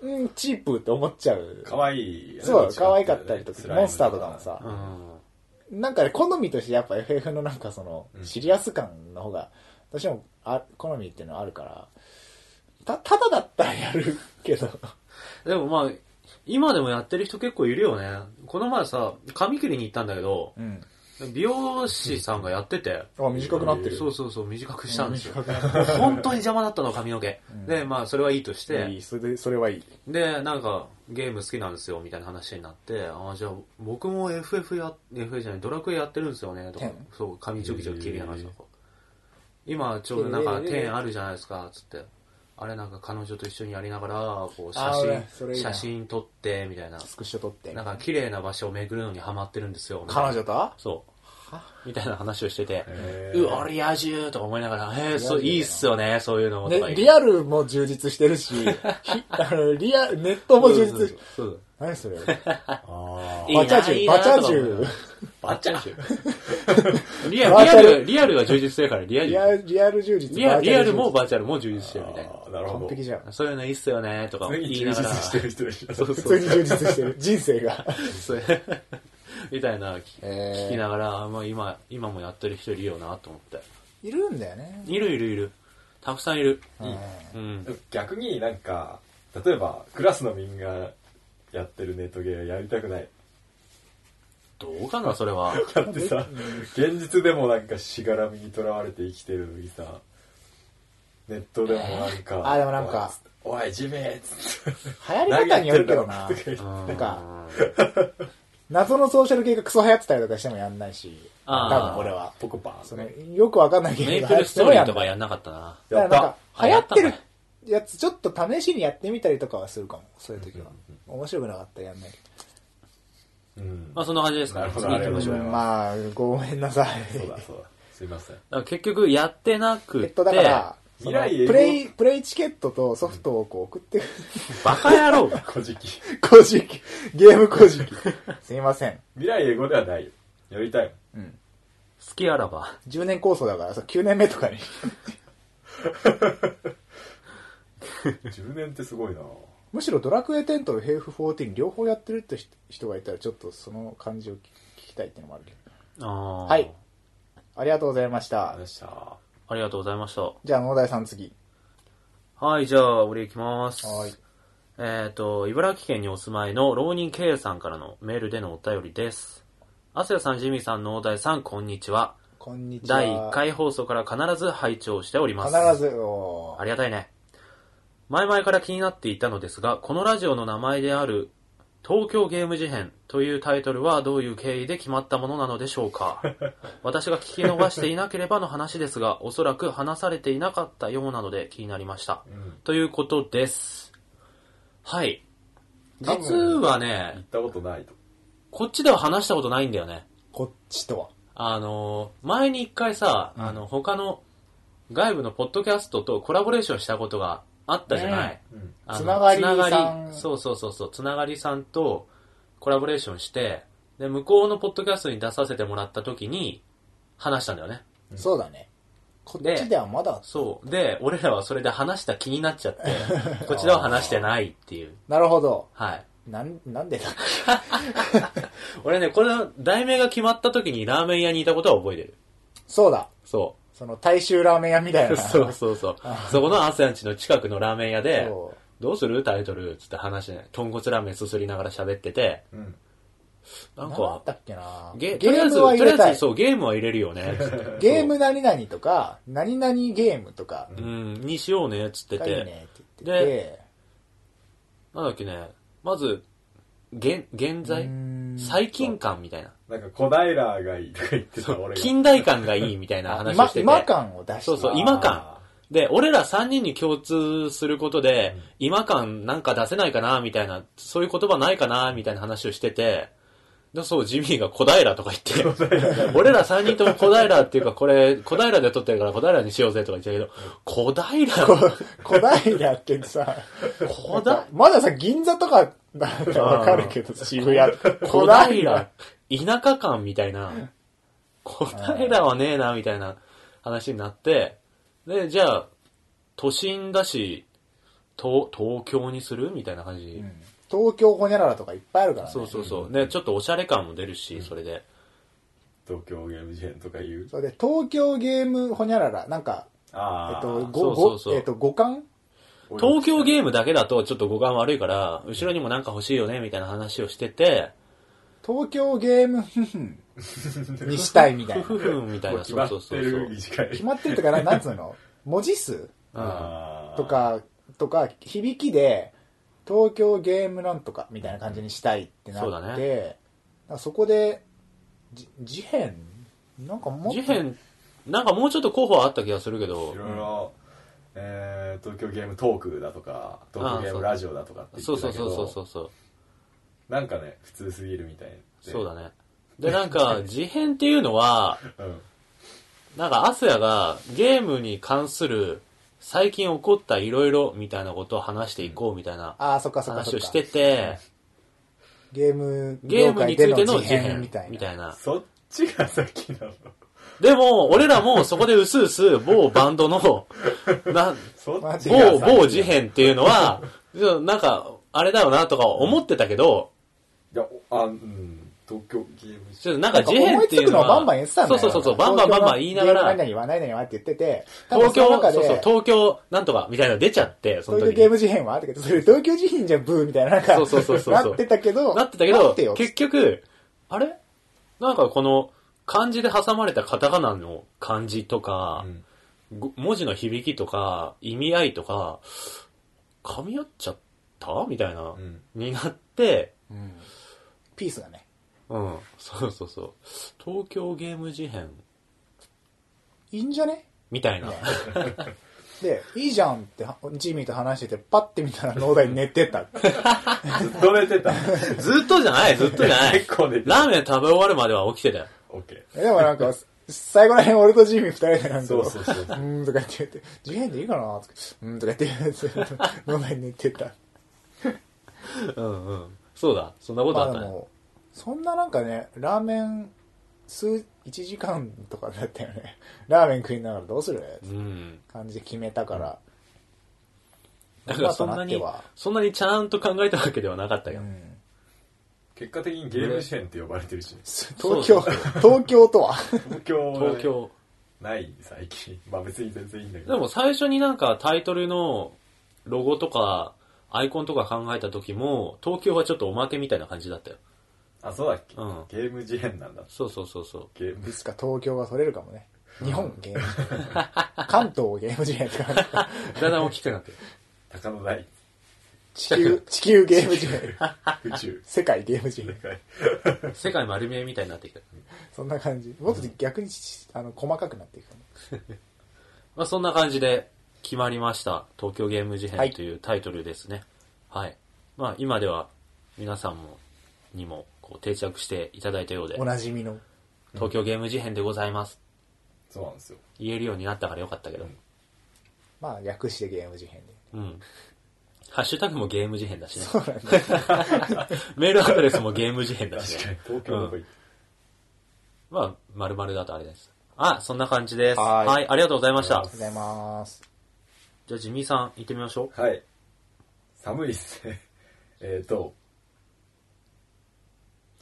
Speaker 1: うん、チープって思っちゃう
Speaker 2: ー。かわいい、
Speaker 1: そう、可愛かったりとか、モンスターとかも
Speaker 3: う
Speaker 1: さ、
Speaker 3: ん。
Speaker 1: なんかね、好みとしてやっぱ FF のなんかその
Speaker 2: う、ん
Speaker 1: シリアス感の方が、どうしてもあ好みっていうのはあるから、た、ただだったらやるけど、
Speaker 3: でもまあ、今でもやってる人結構いるよね。この前さ、髪切りに行ったんだけど、
Speaker 1: うん。
Speaker 3: 美容師さんがやってて、
Speaker 1: あ、短くなってる。
Speaker 3: そうそうそう、短くしたんですよ。
Speaker 1: 短くなって
Speaker 3: 本当に邪魔だったの、髪の毛。で、まあ、それはいいとし
Speaker 1: る。い
Speaker 3: て
Speaker 1: い、、それで、それはいい。
Speaker 3: で、なんか、ゲーム好きなんですよ、みたいな話になって、ああ、じゃあ、僕も FF や、FF じゃない、ドラクエやってるんですよね、とか
Speaker 1: 天、
Speaker 3: そう、髪ちょきちょき切り離したとか。今、ちょうどなん
Speaker 1: え
Speaker 3: か、
Speaker 1: ー
Speaker 3: 点あるじゃないですか、つって。あれなんか彼女と一緒にやりながら、こう、写
Speaker 1: あー俺それ
Speaker 3: 真、
Speaker 1: いいな
Speaker 3: 写真撮って、みたいな。
Speaker 1: スクショ撮って。
Speaker 3: なんか綺麗な場所を巡るのにハマってるんですよ。みたい
Speaker 1: 彼
Speaker 3: な
Speaker 1: 女と
Speaker 3: そう。みたいな話をしてて、
Speaker 2: へー
Speaker 3: うわ、俺野獣とか思いながら、へえ、
Speaker 1: 獣
Speaker 3: そう、いいっすよね、そういうのもと
Speaker 1: ね、
Speaker 3: か言って。
Speaker 1: リアルも充実してる し、ひあの、リアル、ネットも充実し
Speaker 3: そう
Speaker 1: 何 それ
Speaker 2: あ
Speaker 3: いいな
Speaker 1: バチャジ
Speaker 3: いい
Speaker 1: ュ、
Speaker 3: な
Speaker 1: バチャジ
Speaker 3: とか思いな
Speaker 1: ュ
Speaker 3: が。バチャリアル、リアル、リアルは充実してるから、リア
Speaker 1: リア
Speaker 3: ル。
Speaker 1: ル、リアル充実。
Speaker 3: リ
Speaker 1: バ
Speaker 3: アル
Speaker 1: ーチ
Speaker 3: リ
Speaker 1: ャ
Speaker 3: ア
Speaker 1: ル充
Speaker 3: ル
Speaker 1: 実
Speaker 3: もバーチャルも充実してるみたいな。
Speaker 2: ーなるほど。
Speaker 1: 完璧じゃん。
Speaker 3: そういうのいいっすよね、とか
Speaker 2: 常に
Speaker 3: 言い
Speaker 2: 充
Speaker 3: な
Speaker 2: 実
Speaker 3: がら。
Speaker 2: してる人でしょ。
Speaker 3: そう
Speaker 1: 普通
Speaker 3: そう。
Speaker 1: に充実してる。人生 が。
Speaker 3: そう みたいな、聞
Speaker 1: えー
Speaker 3: 聞きながら、まあ今、今もやってる人いるよな、と思って。
Speaker 1: いるんだよね。
Speaker 3: いるいるいる。たくさんいる。うん。
Speaker 2: 逆になんか、例えば、クラスのみんなやってるネットゲーやりたくない。
Speaker 3: どうかな、それは。
Speaker 2: だってさ、現実でもなんかしがらみにとらわれて生きてるのにさ、ネットでもなんか。
Speaker 1: あでもなん か。
Speaker 2: おい、地面っつって。
Speaker 1: 流行り方によるけどな
Speaker 2: 投。げてんだろう
Speaker 1: なんか、謎のソーシャル系がクソ流行ってたりとかしてもやんないし、
Speaker 3: あ
Speaker 1: 多
Speaker 3: ー
Speaker 1: 分俺は。
Speaker 2: ポコパン。
Speaker 1: そのよくわかんないけど、
Speaker 3: メイプルストーリーとかやんなかったな。
Speaker 1: だからなんか、流
Speaker 3: や
Speaker 1: 行
Speaker 3: っ
Speaker 1: ったてるやつ、ちょっと試しにやってみたりとかはするかも、そういう時は。面白くなかったらやんないけ
Speaker 2: うん。
Speaker 3: まあそんな感じですか
Speaker 2: な
Speaker 3: ね
Speaker 2: る。ほ
Speaker 3: 次
Speaker 2: ど
Speaker 3: 行きましょ
Speaker 1: ど。
Speaker 3: う。
Speaker 2: あり
Speaker 3: だ
Speaker 2: がとうございます
Speaker 1: まあ、ごめんなさい。
Speaker 2: そうだそうだ。すいません。
Speaker 3: から結局やってなく
Speaker 1: え
Speaker 3: て、
Speaker 1: っと、だから、そ
Speaker 2: 未
Speaker 1: の
Speaker 2: 来へ
Speaker 1: プレイ、プレイチケットとソフトをこう送ってくる。
Speaker 3: バカ野郎が。
Speaker 2: 古事記。
Speaker 1: 古事記。ゲーム古事 記。すいません。
Speaker 2: 未来英語ではないよ。やりたいもん。
Speaker 1: うん。
Speaker 3: 好きあらば。
Speaker 1: 10年構想だからさ、9年目とかに。
Speaker 2: 10年ってすごいな
Speaker 1: むしろドラクエ10とヘイフ14両方やってるって人人がいたら、ちょっとその感じを聞きたいっていうのもあるけど。
Speaker 3: は
Speaker 1: はい。ありがとうございました
Speaker 2: あで。した。
Speaker 3: ありがとうございました。
Speaker 1: じゃあ、農大さん次。
Speaker 3: はい、じゃあ、俺行きます。
Speaker 1: はい
Speaker 3: えっ、と、茨城県にお住まいの浪人 K さんからのメールでのお便りです。アセさん、ジミーさん、農大さん、こんにちは。
Speaker 1: こんにちは。
Speaker 3: 第1回放送から必ず拝聴しております。
Speaker 1: 必ず、お
Speaker 3: ありがたいね。前々から気になっていたのですが、このラジオの名前である、東京ゲーム事変というタイトルはどういう経緯で決まったものなのでしょうか私が聞き逃していなければの話ですが、おそらく話されていなかったようなので気になりました。ということです。はい。
Speaker 2: 多分
Speaker 3: 実は
Speaker 2: 行っ
Speaker 3: ね、
Speaker 2: たことないと。
Speaker 3: こっちでは話したことないんだよね。
Speaker 1: こっちとは。
Speaker 3: あの、前に一回さ、あの、他の外部のポッドキャストとコラボレーションしたことがあったじゃない。
Speaker 1: ね
Speaker 2: うん。
Speaker 3: あの
Speaker 1: つながりさん
Speaker 3: つながりそうそうそうそう、つながりさんとコラボレーションして、で、向こうのポッドキャストに出させてもらった時に、話したんだよね。
Speaker 1: そうだね。こっちではまだ、
Speaker 3: そう。で、俺らはそれで話した気になっ ちゃって、こっちでは話してないっていう。
Speaker 1: なるほど。
Speaker 3: はい。
Speaker 1: なん、なんでだ っけ
Speaker 3: 俺ね、これの題名が決まった時にラーメン屋にいたことは覚えてる。
Speaker 1: そうだ。
Speaker 3: そ。
Speaker 1: その、大衆ラーメン屋みたいうな。
Speaker 3: そうそうそう。そこのアセアンチの近くのラーメン屋で
Speaker 1: そ、
Speaker 3: どうするタイトルつって話して、豚骨ラーメンすすりながら喋ってて、
Speaker 2: うん。
Speaker 3: なん
Speaker 1: なん
Speaker 3: か、
Speaker 1: だったっけな
Speaker 3: ゲ
Speaker 1: ゲ
Speaker 3: とりあえ
Speaker 1: ー
Speaker 3: ず、
Speaker 1: ムは
Speaker 3: と
Speaker 1: 入
Speaker 3: り
Speaker 1: れ
Speaker 3: あ
Speaker 1: た
Speaker 3: え
Speaker 1: い
Speaker 3: ず、。そう、ゲームは入れるよね、つって。
Speaker 1: ゲーム何々とか、何々ゲームとか、
Speaker 3: うん、にしようね、つって
Speaker 1: がいい
Speaker 3: て。
Speaker 1: ねって言って
Speaker 3: でなんだっけね、まず、現、現
Speaker 1: う
Speaker 3: 在
Speaker 1: ーん
Speaker 3: 最近感みたいな。
Speaker 2: なんか、小平がいいとか言ってた俺が。
Speaker 3: 近代感がいいみたいな
Speaker 1: あ
Speaker 3: 話を
Speaker 1: 今
Speaker 3: し、てて。
Speaker 1: 今感を出して。
Speaker 3: そうそう、
Speaker 2: あー
Speaker 3: 今感。で、俺ら3人に共通することで、今感なんか出せないかな、みたいな、そういう言葉ないかな、みたいな話をしてて、でそう、ジミーが小平とか言って、俺ら3人とも小平っていうか、これ、小平で撮ってるから小平にしようぜとか言ってたけど、小平
Speaker 1: 小平ってさ、
Speaker 3: 小平
Speaker 1: まださ、銀座とかなんかわかるけど、渋谷。
Speaker 3: 小平。田舎感みたいな、小平はねえな、みたいな話になって、で、じゃあ、都心だし、東東京にするみたいな感じ。
Speaker 1: うん東京ほにゃららとかいっぱいあるからね。
Speaker 3: そうそうそう。ね、ちょっとおしゃれ感も出るし、それで。
Speaker 2: 東京ゲーム事変とか言う。
Speaker 1: それで、東京ゲームほにゃらら、なんか、え
Speaker 2: ああ。
Speaker 1: っと、
Speaker 3: そう
Speaker 1: ご、
Speaker 3: そう
Speaker 1: ご
Speaker 3: そう、
Speaker 1: えっと、五感
Speaker 3: 東京ゲームだけだとちょっと五感悪いから、後ろにもなんか欲しいよね、みたいな話をしてて、
Speaker 1: 東京ゲーム、ふふんにしたいみたいな。
Speaker 3: ふふんみたい
Speaker 2: もう
Speaker 3: な、
Speaker 2: 決
Speaker 3: そ
Speaker 2: ま
Speaker 3: う
Speaker 2: っ
Speaker 3: そう
Speaker 2: て
Speaker 3: そうそう
Speaker 2: る。短い
Speaker 1: 決。まってるとか、ななんつうの文字数
Speaker 2: あー
Speaker 1: と。か、とか、響きで、東京ゲームなんとかみたいな感じにしたいってな
Speaker 3: そうだ
Speaker 1: っ
Speaker 3: ね
Speaker 1: て、そそこで、じ、事変なんかもっと
Speaker 3: 事変、なんかもうちょっと候補はあった気がするけど
Speaker 2: い、ろいろ、えー、東京ゲームトークだとか、東京ゲームラジオだとかって言
Speaker 3: そう
Speaker 2: っ
Speaker 3: そ
Speaker 2: てた
Speaker 3: う
Speaker 2: け
Speaker 3: そうそうそ
Speaker 2: ど、
Speaker 3: うそう。
Speaker 2: なんかね、普通すぎるみたいで。
Speaker 3: そう だね。で、なんか、事変っていうのは、
Speaker 2: うん。
Speaker 3: なんか、アスヤがゲームに関する最近起こったいろいろみたいなことを話していこうみたいな
Speaker 1: ああ、そっかそっかそ
Speaker 3: 話
Speaker 1: っ
Speaker 3: を
Speaker 1: か。
Speaker 3: してて、
Speaker 1: ゲーム
Speaker 3: ゲー
Speaker 1: 業
Speaker 3: ムに
Speaker 1: 界
Speaker 3: つ
Speaker 1: での
Speaker 3: いての
Speaker 1: 事
Speaker 3: 事変
Speaker 1: 変
Speaker 3: み
Speaker 1: み
Speaker 3: た
Speaker 1: た
Speaker 3: い
Speaker 1: い
Speaker 3: な。
Speaker 1: な。
Speaker 2: そっちが先なの。
Speaker 3: でも、俺らもそこでうすうす某バン ドの、な
Speaker 2: そっ
Speaker 1: マジ
Speaker 2: ち
Speaker 1: で
Speaker 2: が
Speaker 3: 某、
Speaker 2: 先
Speaker 3: 某事変っていうのは、ちょなんか、あれだよなとか思ってたけど、
Speaker 2: いや、おあ、うん、東京ゲーム
Speaker 3: ちょっとなんか事変ってい
Speaker 1: 思いつく
Speaker 3: うの
Speaker 1: のを
Speaker 3: は、
Speaker 1: バンバン言ってたんだ
Speaker 3: そう
Speaker 1: よ。
Speaker 3: そうそうそう、バンバンバンバン言いながら、
Speaker 1: 東京ゲーム何々は何々はって言ってて、多分
Speaker 3: 東京、
Speaker 1: その中で
Speaker 3: そうそう、東京なんとかみたいなの出ちゃって、その
Speaker 1: 東京
Speaker 3: 時
Speaker 1: ゲー
Speaker 3: に。
Speaker 1: ム事変はあったけど、それ東京事変じゃんブーみたいな、なんか、
Speaker 3: そうそうそうそう
Speaker 1: なってたけど、
Speaker 3: なってたけ
Speaker 1: な
Speaker 3: ど
Speaker 1: ってよ、
Speaker 3: 結局、あれなんかこの漢字で挟まれたカタカナの漢字とか、
Speaker 2: うん
Speaker 3: ご文字の響きとか、意味合いとか、噛み合っちゃったみたいな、
Speaker 2: うん
Speaker 3: になって、
Speaker 1: うん。ピースがね。
Speaker 3: うん、そうそうそう。東京ゲーム事変、
Speaker 1: いいんじゃね
Speaker 3: みたいな。
Speaker 1: で、いいじゃんって、はジミーと話してて、パッて見たら脳内寝てた。
Speaker 2: ずっと寝てた。
Speaker 3: ずっとじゃない、ずっとじ ゃない。
Speaker 2: 結構寝てた。
Speaker 3: ラーメン食べ終わるまでは起きてたよ。
Speaker 2: オッケー。
Speaker 1: でもなんか、最後らへん俺とジミー二人でなんか、
Speaker 2: そうそうそう
Speaker 1: うーんとか言って言って、次元でいいかなとか、うーんとか言って言って、脳内寝てた。
Speaker 3: うんうん。そうだ、そんなこと
Speaker 1: ま
Speaker 3: あ
Speaker 1: あ
Speaker 3: っ
Speaker 1: で
Speaker 3: たね。
Speaker 1: も、そんななんかね、ラーメン、数、1時間とかだったよね。ラーメン食いながらどうするって
Speaker 3: うん。
Speaker 1: 感じで決めたから。
Speaker 3: だからそんな
Speaker 1: 今
Speaker 3: に
Speaker 1: とっては、
Speaker 3: そんなにちゃんと考えたわけではなかったよ
Speaker 1: う。ん
Speaker 2: 結果的にゲーム支援って呼ばれてるし、
Speaker 1: 東京、東京とは
Speaker 2: 東京、
Speaker 3: 東。京。
Speaker 2: ない、最近。まあ別に全然いいんだけ
Speaker 3: で
Speaker 2: ど。
Speaker 3: も最初になんかタイトルのロゴとか、アイコンとか考えた時も、東京はちょっとおまけみたいな感じだったよ。
Speaker 2: あ、そうだっけ
Speaker 3: うん
Speaker 2: ゲーム支援なんだ。
Speaker 3: そうそうそうそう。
Speaker 2: ゲーム
Speaker 1: い、つか東京が取れるかもね。日本ゲーム事変。関東ゲーム事変とか、
Speaker 3: だんだん大きくなってる。
Speaker 2: 高野大、
Speaker 1: 地球、地球ゲーム事変。。
Speaker 2: 宇宙
Speaker 1: 世界ゲーム事
Speaker 2: で
Speaker 1: 変。
Speaker 2: かい
Speaker 3: 世界丸見えみたいになってきた。
Speaker 1: そんな感じ。もっと逆に、あの、細かくなっていくかも。
Speaker 3: まあそんな感じで決まりました。東京ゲーム事
Speaker 1: は
Speaker 3: 変
Speaker 1: い
Speaker 3: というタイトルですね。はい。まあ今では皆さんも、にもこう定着していただいたようで
Speaker 1: お、なじみの。
Speaker 3: 東京ゲーム事変でございます。
Speaker 2: そうなんですよ。
Speaker 3: 言えるようになったからよかったけど。
Speaker 1: まあ、略してゲーム事変で。
Speaker 3: うん。ハッシュタグもゲーム事変だしね。
Speaker 1: そうなんだ。
Speaker 3: メールアドレスもゲーム事変だし
Speaker 2: 確か
Speaker 3: ね
Speaker 2: に。。東京の方がいい。
Speaker 3: まあ、丸々だとあれです。あ、そんな感じです。
Speaker 1: はーい
Speaker 3: はい、ありがとうございました
Speaker 2: ありがとうございま。
Speaker 1: ございます。
Speaker 3: じゃあ、ジミーさん、行ってみましょう。
Speaker 2: はい。寒いっすね。 えっと、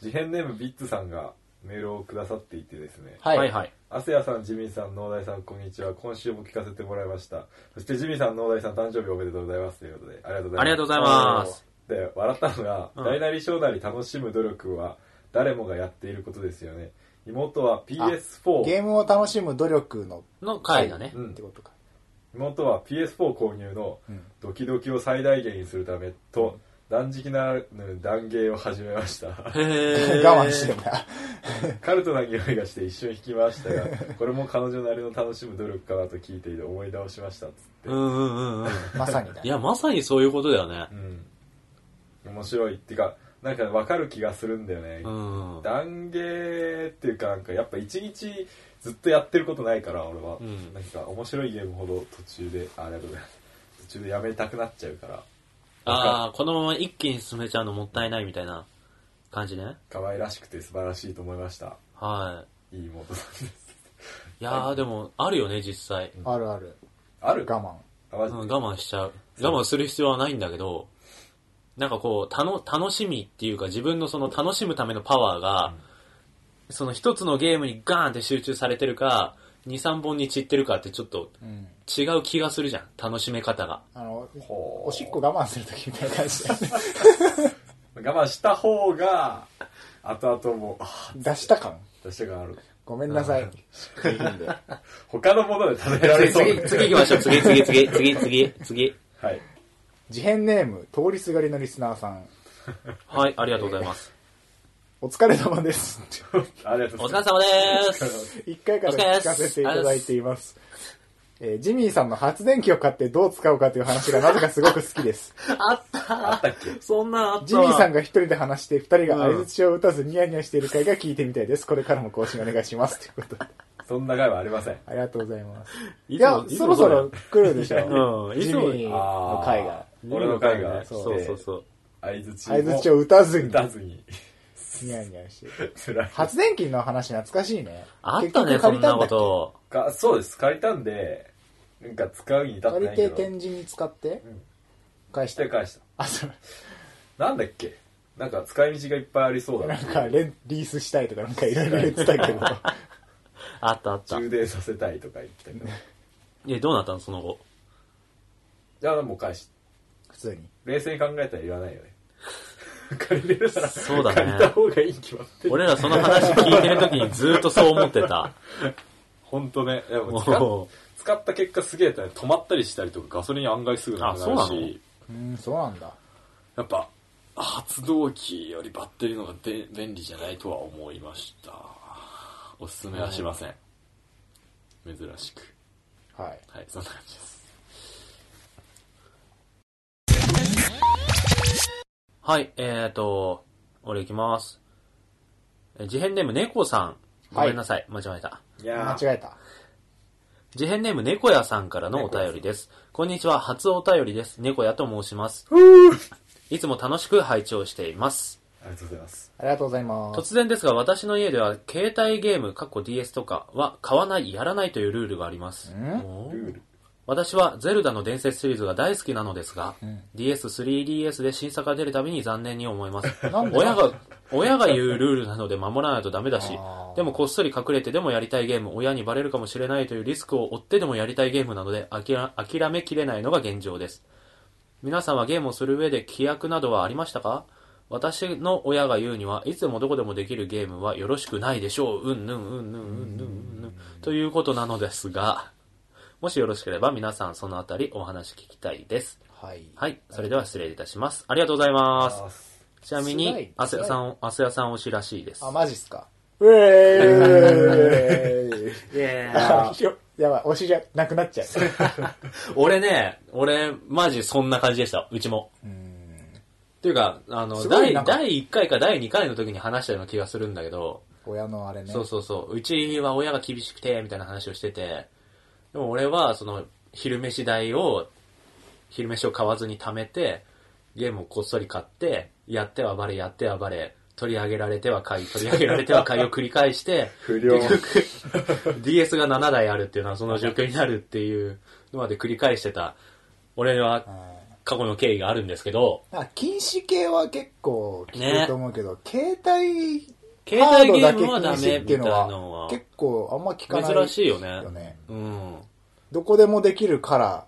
Speaker 2: 事変ネームビッツさんがメールをくださっていてですね。
Speaker 1: はい。
Speaker 3: はい、はい。
Speaker 2: アセヤさん、ジミーさん、農大さん、こんにちは。今週も聞かせてもらいました。そして、ジミーさん、農大さん、誕生日おめでとうございます。ということで、ありがとうございます。
Speaker 3: ありがとうございます。
Speaker 2: で、笑ったのが、
Speaker 3: うん
Speaker 2: 大なり小なり楽しむ努力は、誰もがやっていることですよね。妹は PS4、
Speaker 1: ゲームを楽しむ努力の
Speaker 3: の回だね。
Speaker 2: うん
Speaker 1: ってことか。
Speaker 2: 妹は PS4 購入の
Speaker 1: うん
Speaker 2: ドキドキを最大限にするためと、断食ならぬ断芸を始め ました。
Speaker 3: へー
Speaker 1: 我慢してんだ。
Speaker 2: カルトな匂いがして一瞬引きまし たが、これも彼女なりの楽しむ努力かなと聞いていて思い直しました。つって
Speaker 3: うんうんうんうん。
Speaker 1: まさにだ
Speaker 3: い。や、まさにそういうことだよね。
Speaker 2: うん、面白いっていうかなんか分かる気がするんだよね、
Speaker 3: うん。
Speaker 2: 断芸っていうかなんかやっぱ一日ずっとやってることないから俺は、
Speaker 3: ん
Speaker 2: なんか面白いゲームほど途中であありがとうございます途中でやめたくなっちゃうから
Speaker 3: ああ、このまま一気に進めちゃうのもったいないみたいな感じね。
Speaker 2: 可愛らしくて素晴らしいと思いました
Speaker 3: はい
Speaker 2: い妹さんです
Speaker 3: い。いやー、でも、あるよね、実際。
Speaker 1: あるある。
Speaker 2: ある
Speaker 1: 我慢。
Speaker 2: あマ
Speaker 3: う
Speaker 2: ジで
Speaker 3: ん、我慢しちゃう。我慢する必要はないんだけど、なんかこう、たの、楽しみっていうか自分のその楽しむためのパワーが、その一つのゲームにガーンって集中されてるか、2、3本に散ってるかってちょっと
Speaker 1: うん。
Speaker 3: 違う気がするじゃん。楽しめ方が。
Speaker 1: あの、
Speaker 2: ほう
Speaker 1: おしっこ我慢するときみたいな感じで。
Speaker 2: 我慢した方が後々もあ
Speaker 1: 出した感。
Speaker 2: 出したがある
Speaker 1: ごめんなさい。いいんで
Speaker 2: 他のもので食べられそう
Speaker 3: 次、次行きましょう。次、次、次、次、次、次。
Speaker 2: はい
Speaker 1: 事変ネーム、通りすがりのリスナーさん。
Speaker 3: はい、ありがとうございます。
Speaker 1: お疲れ様です。
Speaker 2: ありがとう
Speaker 3: お
Speaker 2: ご
Speaker 3: 疲
Speaker 2: ざい
Speaker 3: れ
Speaker 2: ます
Speaker 3: 様です。
Speaker 1: 一回から聞かせていただいています。えージミーさんの発電機を買ってどう使うかという話がなぜかすごく好き です。
Speaker 3: あった
Speaker 2: あったっけ
Speaker 3: そんなんあった
Speaker 1: ジミーさん
Speaker 3: が。
Speaker 1: が一人で話して、二人が相槌を打たずニヤニヤしている回が聞いてみたいです。これからも更新お願いし ます。ということで。
Speaker 2: そんな回はありません
Speaker 1: ありがとうございます。い
Speaker 3: いつ
Speaker 1: や
Speaker 3: も、
Speaker 1: そろそろ来るでし ょ。
Speaker 3: うんいつ
Speaker 1: ジ
Speaker 3: も
Speaker 1: ミーの回が。
Speaker 2: 俺の回が
Speaker 3: そうそうそうそう。
Speaker 2: 相づち
Speaker 1: 相槌 を打たずに
Speaker 2: 打たずに
Speaker 1: ニヤニヤしてる。
Speaker 2: 辛い
Speaker 1: 発電機の話懐かしいね。
Speaker 3: あったね、
Speaker 1: 結局
Speaker 3: そ
Speaker 1: 借
Speaker 3: ん
Speaker 1: りた
Speaker 3: なんこ
Speaker 1: だっけ
Speaker 3: と。
Speaker 2: かそうです借りたんでなんか使うに至って
Speaker 1: 借
Speaker 2: な
Speaker 1: り
Speaker 2: い
Speaker 1: て
Speaker 2: けど
Speaker 1: 展示に使って
Speaker 2: ん、
Speaker 1: 返し。
Speaker 2: してて返し
Speaker 1: あ、そう。
Speaker 2: たなんだっけなんか使い道がいっぱいありそうだ
Speaker 1: な
Speaker 2: なん
Speaker 1: か、レンリースしたいとかなんかいろいろ言ってた けど。
Speaker 3: あったあった。
Speaker 2: 充電させたいとか言ってたけどい
Speaker 3: え、どうなったのその後。
Speaker 2: やでも返し
Speaker 1: 普通に。
Speaker 2: 冷静に考えたら言わないよね 借りれるなら
Speaker 3: そうだね
Speaker 2: 借りた方がいいに決まってる
Speaker 3: 俺らその話聞いてる時にずっとそう思ってた。
Speaker 2: 本当ねでも使っ
Speaker 3: も
Speaker 2: 使った結果すげえね止まったりしたりとかガソリン案外すぐなくなる
Speaker 3: あそうなの
Speaker 2: し
Speaker 1: うん、そうなんだ。
Speaker 2: やっぱ発動機よりバッテリーの方がで便利じゃないとは思いましたおすすめはしません、珍しく
Speaker 1: はい。
Speaker 2: はいそんな感じです
Speaker 3: はい、えーと、俺行きます。え事変ネーム猫さん。ごめんなさい、間違えた。
Speaker 2: い
Speaker 1: 間違えた。
Speaker 3: 事変ネーム猫屋さんからのお便りです。こんにちは、初お便りです。猫屋と申します。いつも楽しく拝聴しています。
Speaker 2: ありがとうございます
Speaker 1: ありがとうございます。
Speaker 3: 突然ですが、私の家では、携帯ゲーム、かっこ DS とかは買わない、やらないというルールがあります。
Speaker 1: ん
Speaker 3: 私はゼルダの伝説シリーズが大好きなのですが、DS、3DS で新作が出るたびに残念に思います。
Speaker 1: なんで
Speaker 3: 親が、親が言うルールなので守らないとダメだし
Speaker 1: あー、
Speaker 3: でもこっそり隠れてでもやりたいゲーム、親にバレるかもしれないというリスクを負ってでもやりたいゲームなので、諦諦めきれないのが現状です。皆さんはゲームをする上で規約などはありましたか私の親が言うには、いつもどこでもできるゲームはよろしくないでしょう。うんぬんうんぬんうんぬんうんぬん。ということなのですが、もしよろしければ皆さんそのあたりお話聞きたいです。
Speaker 1: はい。
Speaker 3: はい、それでは失礼いたします。ありがとうございます。ちなみ
Speaker 1: つらい
Speaker 3: に、アセヤさん、アセヤさん推しらしいです。
Speaker 1: あ、マジっすか。うえーいあーやばい、推しじゃなくなっ ちゃう。
Speaker 3: 俺ね、俺、マジそんな感じでした、うちも。というか、あの、
Speaker 1: すごい
Speaker 3: 第、
Speaker 1: なんか
Speaker 3: 第1回か第2回の時に話したような気がするんだけど、
Speaker 1: 親のあれね。
Speaker 3: そうそうそう、うちは親が厳しくて、みたいな話をしてて、でも俺は、その、昼飯代を、昼飯を買わずに貯めて、ゲームをこっそり買って、やってはバレ、やってはバレ、取り上げられては買い、取り上げられて は買いを繰り返して、
Speaker 2: 不良
Speaker 3: DS が7台あるっていうのはその状況になるっていうのまで繰り返してた、俺は
Speaker 1: はい
Speaker 3: 過去の経緯があるんですけど、
Speaker 1: なんか禁止系は結構聞くと思うけど、携帯
Speaker 3: 携
Speaker 1: ハー
Speaker 3: 帯
Speaker 1: ド
Speaker 3: ゲ
Speaker 1: だ
Speaker 3: ー
Speaker 1: け
Speaker 3: ムはダ
Speaker 1: 禁
Speaker 3: メ
Speaker 1: 止
Speaker 3: み
Speaker 1: ったてい
Speaker 3: いう
Speaker 1: の
Speaker 3: の
Speaker 1: は
Speaker 3: は、
Speaker 1: 結構あんま聞かない
Speaker 3: 珍しいよね
Speaker 1: よね。
Speaker 3: うん。
Speaker 1: どこでもできるから。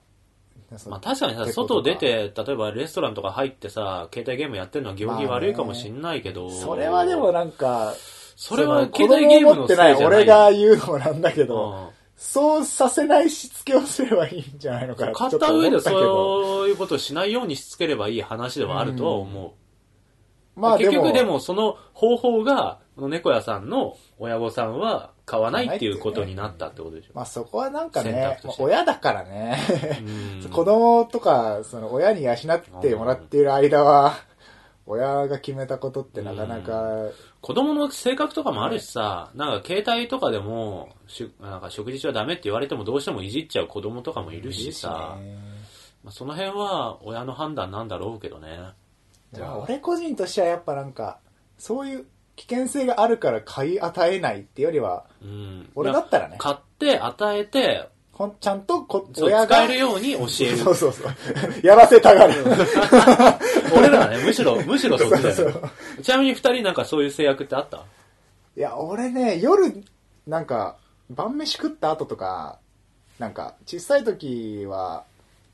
Speaker 1: その
Speaker 3: まあ確かにさ、
Speaker 1: 結構と
Speaker 3: 外出て、例えばレストランとか入ってさ、携帯ゲームやってるのは行儀悪いかもしんないけど、
Speaker 1: それはでも、なんか、
Speaker 3: それは
Speaker 1: の
Speaker 3: 携帯ゲームのせいじゃない
Speaker 1: 子供を持ってない俺が言うのもなんだけど、
Speaker 3: うん
Speaker 1: そうさせないしつけをすればいいんじゃないのかな
Speaker 3: 買った上で
Speaker 1: ちょっと思っ
Speaker 3: そういうことをしないようにしつければいい話ではあるとは思う。
Speaker 1: たけどまあ
Speaker 3: 結
Speaker 1: でも、
Speaker 3: 局でもその方法が、この猫屋さんの親御さんは買わないっていうことになったってことでしょ。
Speaker 1: まあそこはなんかね、
Speaker 3: 選択として
Speaker 1: まあ親だからね。
Speaker 3: うん
Speaker 1: 子供とか、その親に養ってもらっている間は、親が決めたことってなかなか、
Speaker 3: 子供の性格とかもあるしさ、なんか携帯とかでも、しゅなんか食事中はダメって言われてもどうしてもいじっちゃう子供とかもいるしさ、まあその辺は親の判断なんだろうけどね。
Speaker 1: じゃあ俺個人としてはやっぱなんか、そういう危険性があるから買い与えないってよりは、
Speaker 3: うん。
Speaker 1: 俺だったらね
Speaker 3: 買って与えて、
Speaker 1: ほんちゃんとこ
Speaker 3: そう
Speaker 1: 親が、
Speaker 3: 使えるように教え
Speaker 1: そう
Speaker 3: る。
Speaker 1: そうそう。やらせた がる。
Speaker 3: 俺らはね、む しろ、むしろそっちだ
Speaker 1: そ
Speaker 3: よ
Speaker 1: う
Speaker 3: ね。ちなみに二人なんかそういう制約ってあった
Speaker 1: いや、俺ね、夜、なんか、晩飯食った後とか、なんか、小さい時は、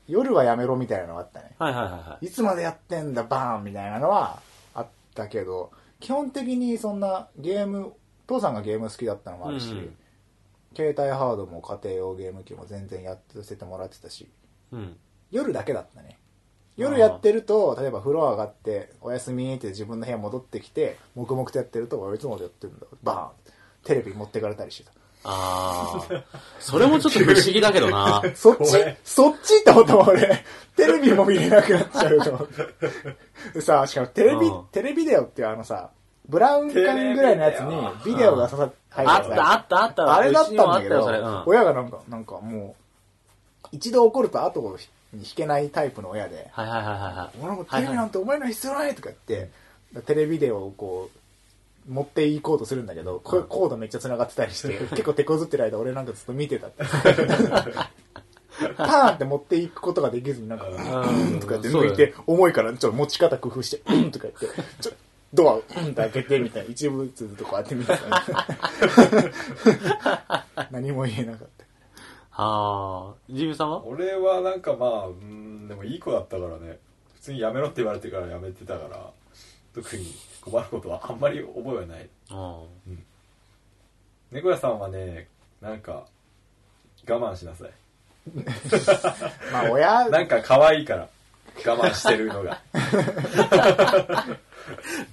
Speaker 1: 夜はやめろみたいなのがあったね。
Speaker 3: はいはいはいはい。
Speaker 1: いつまでやってんだ、バーンみたいなのはあったけど、基本的にそんなゲーム、父さんがゲーム好きだったのもあるし、
Speaker 3: うん
Speaker 1: 携帯ハードも家庭用ゲーム機も全然やってせてもらってたし、
Speaker 3: うん。
Speaker 1: 夜だけだったね。夜やってると、例えば風呂上がって、おやすみって自分の部屋戻ってきて、黙々とやってると、おいいつまでやってるんだ、バーンテレビ持ってかれたりしてた。
Speaker 3: ああ。それもちょっと不思議だけ どな。
Speaker 1: そっちそっちって思ったもん俺。テレビも見れなくなっちゃうと思う。 さあ、しかもテレビ
Speaker 3: うん、
Speaker 1: テレビデオっていうあのさ、ブラウン管ぐらいのやつにビデオが刺さ入る
Speaker 3: あ
Speaker 1: やつ
Speaker 3: ったあったあった。
Speaker 1: あれだったんだけ
Speaker 3: うちにもあったよそれうん
Speaker 1: ど、親がなんか、なんかもう、一度怒ると後に引けないタイプの親で、
Speaker 3: はいはいはいはいはい。
Speaker 1: 俺もテレビなんてお前の必要ないとか言って、テレビデオをこう、持っていこうとするんだけど、こコードめっちゃ繋がってたりして、結構手こずってる間俺なんかずっと見てたって。パーンって持っていくことができずになんか、うんとかやって抜いて、重いからちょっと持ち方工夫して、うんとか言って、ちょドアをうんと開けてみたいな、一部ずつとこうやって見てた。何も言えなかった。
Speaker 3: ああ。ジムさんは
Speaker 2: 俺はなんかまあうんでもいい子だったからね普通にやめろって言われてからやめてたから特に困ることはあんまり覚えはない
Speaker 3: うん。
Speaker 2: 猫屋さんはねなんか我慢しなさい
Speaker 1: まあ、親、
Speaker 2: なんか可愛いから、我慢してるのが。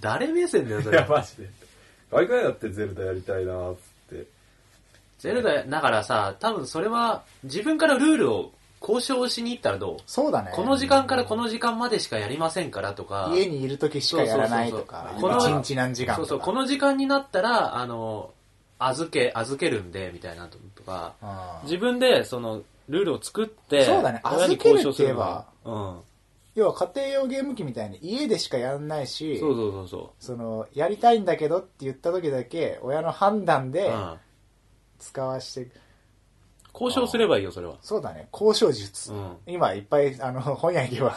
Speaker 3: 誰目線だよ、そ
Speaker 2: い
Speaker 3: れ
Speaker 2: や、。マジで。可愛くないだってゼルダやりたいなーっつって。
Speaker 3: ゼルダ、だからさ、多分それは自分からルールを交渉しに行ったらどう
Speaker 1: そうだね。
Speaker 3: この時間からこの時間までしかやりませんからとか、
Speaker 1: 家にいる時しかやらないとか、
Speaker 3: そうそうそうそうこの
Speaker 1: 一日何時間
Speaker 3: そうそ
Speaker 1: と
Speaker 3: う、こ
Speaker 1: か。
Speaker 3: の時間になったら、あの、預け、預けるんで、みたいなととか、
Speaker 1: うん
Speaker 3: 自分でその、ルールを作って、
Speaker 1: そうだね
Speaker 3: 親に交渉すの
Speaker 1: 預
Speaker 3: がうん。
Speaker 1: 要は家庭用ゲーム機みたいに家でしかやらないし、
Speaker 3: そうそうそうそ
Speaker 1: その、やりたいんだけどって言った時だけ、親の判断
Speaker 3: う。う
Speaker 1: で
Speaker 3: ん。
Speaker 1: 使わして、
Speaker 3: 交渉すればいいよ、それは。
Speaker 1: そうだね、交渉術。
Speaker 3: うん
Speaker 1: 今いっぱい、あの、本屋行けば、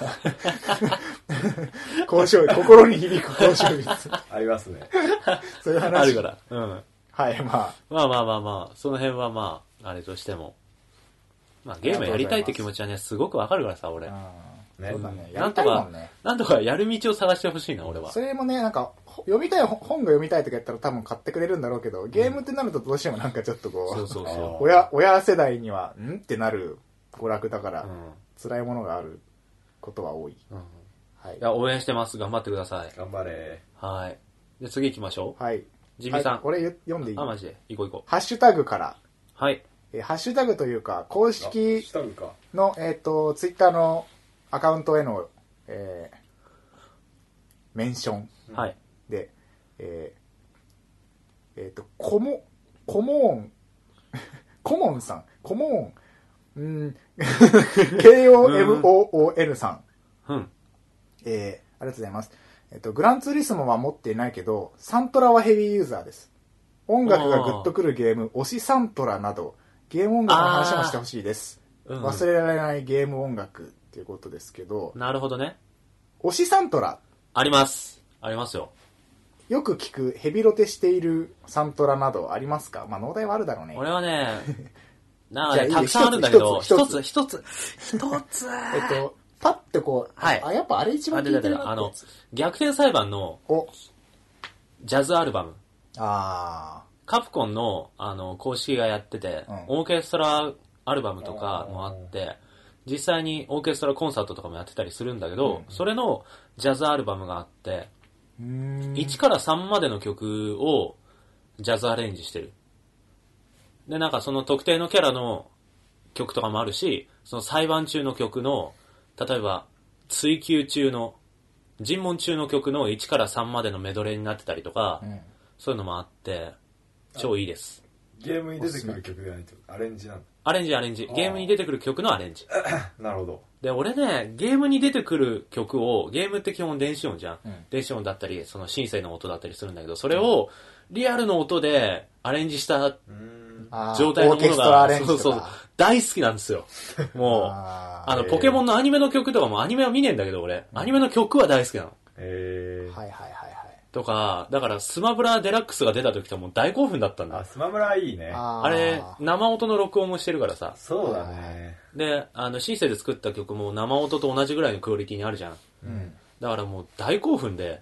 Speaker 1: 交渉、心に響く交渉 術。
Speaker 2: ありますね。
Speaker 1: そういう話。
Speaker 3: あるか。ら。うん。
Speaker 1: はい、まあ、
Speaker 3: まあまあまあまあ、その辺はまあ、あれとしても。まあゲームやりたいって気持ちはね、すごくわかるからさ、俺。
Speaker 1: うん
Speaker 2: ね
Speaker 1: そうだね、や
Speaker 3: なん
Speaker 1: り
Speaker 3: と
Speaker 1: たいも
Speaker 3: か
Speaker 1: んね。、
Speaker 3: なんとかやる道を探してほしいな、俺は
Speaker 1: そ。れもね、なんか、ほ読みたい、ほ本が読みたいとかやったら多分買ってくれるんだろうけど、ゲームってなるとどうしてもなんかちょっとこう、
Speaker 3: そうそうそ
Speaker 1: 親、親世代には、んってなる娯楽だから、
Speaker 3: う。うん。
Speaker 1: 辛いものがあることは多い。
Speaker 3: うん。
Speaker 1: はい
Speaker 3: い。や、応援してます。頑張ってください。
Speaker 2: 頑張れ
Speaker 3: はい。で、次行きましょう。
Speaker 1: はい。
Speaker 3: ジミさん
Speaker 1: あ俺読んでいい
Speaker 3: あ、マジで。行こう行こ
Speaker 1: ハッシュタグから、
Speaker 3: う。はい。
Speaker 1: えーハッシュタグというか、公
Speaker 2: ー。
Speaker 1: 式
Speaker 2: したのか。
Speaker 1: の、えっ、と、ツイッターのアカウントへの、えーメンション
Speaker 3: はい。
Speaker 1: で、えーえっ、と、コモ、コモーン、 コモンさん、コモーン、うーん、KOMOON さん、
Speaker 3: うん。
Speaker 1: えーありがとうございます。えっ、と、グランツーリスモは持っていないけど、サントラはヘビーユーザーです。音楽がグッとくるゲーム、推しサントラなど、ゲーム音楽の話もしてほしいです。
Speaker 3: うん。
Speaker 1: 忘れられないゲーム音楽っていうことですけど、
Speaker 3: なるほどね。
Speaker 1: 推しサントラ、
Speaker 3: あります。ありますよ。
Speaker 1: よく聞くヘビロテしているサントラなどありますかまあ、農大はあるだろうね。
Speaker 3: 俺 はね、なんかね
Speaker 1: じゃあ
Speaker 3: た
Speaker 1: いい
Speaker 3: く
Speaker 1: よ
Speaker 3: さんあるんだけど、
Speaker 1: 一
Speaker 3: 一
Speaker 1: つ
Speaker 3: つ、一つ、一つ。
Speaker 1: えっと、パッてこう、
Speaker 3: はい
Speaker 1: あ、やっぱあれ一番
Speaker 3: あ
Speaker 1: 聞いてるなっ
Speaker 3: あ
Speaker 1: てや
Speaker 3: の
Speaker 1: つ。、
Speaker 3: 逆転裁判の
Speaker 1: お、
Speaker 3: ジャズアルバム。
Speaker 1: あ
Speaker 3: カプコンの、あの、公式がやってて、
Speaker 1: うん
Speaker 3: オーケストラアルバムとかもあって、実際にオーケストラコンサートとかもやってたりするんだけど、それのジャズアルバムがあって、
Speaker 1: ー。うーん。
Speaker 3: 1から3までの曲をジャズアレンジしてる。で、なんかその特定のキャラの曲とかもあるし、その裁判中の曲の、例えば追及中の、尋問中の曲の1から3までのメドレーになってたりとか、
Speaker 1: うん
Speaker 3: そういうのもあって、超いいです。
Speaker 2: ゲームに出てくる曲じゃないってことアレンジなん
Speaker 3: アレンジアレンジ。ゲームに出てくる曲のアレンジ。
Speaker 2: だ。なるほど。
Speaker 3: で、俺ね、ゲームに出てくる曲を、ゲームって基本電子音じゃん。
Speaker 1: うん
Speaker 3: 電子音だったり、そのシンセの音だったりするんだけど、それをリアルの音でアレンジした
Speaker 2: うーん。
Speaker 1: あー
Speaker 3: 状態
Speaker 1: オ
Speaker 3: の
Speaker 1: ー
Speaker 3: も
Speaker 1: ケ
Speaker 3: の
Speaker 1: ストラア
Speaker 3: が、
Speaker 1: レンジ
Speaker 3: そ
Speaker 1: と
Speaker 3: う
Speaker 1: か。
Speaker 3: そうそう、大好きなんですよ。もう、
Speaker 1: あー
Speaker 3: あの、ポケモンのアニメの曲とかもアニメは見ねえんだけど、俺。アニメの曲は大好きなの。
Speaker 2: えー。
Speaker 1: はいはいはいはい。
Speaker 3: とか、だから、スマブラデラックスが出た時とかもう大興奮だったん
Speaker 2: あ、
Speaker 3: だ。
Speaker 2: スマブラいいね。
Speaker 1: あー
Speaker 3: あれ、生音の録音もしてるからさ。
Speaker 2: そうだね。
Speaker 3: で、あの、シンセで作った曲も生音と同じぐらいのクオリティにあるじゃん。
Speaker 1: うん
Speaker 3: だからもう大興奮で、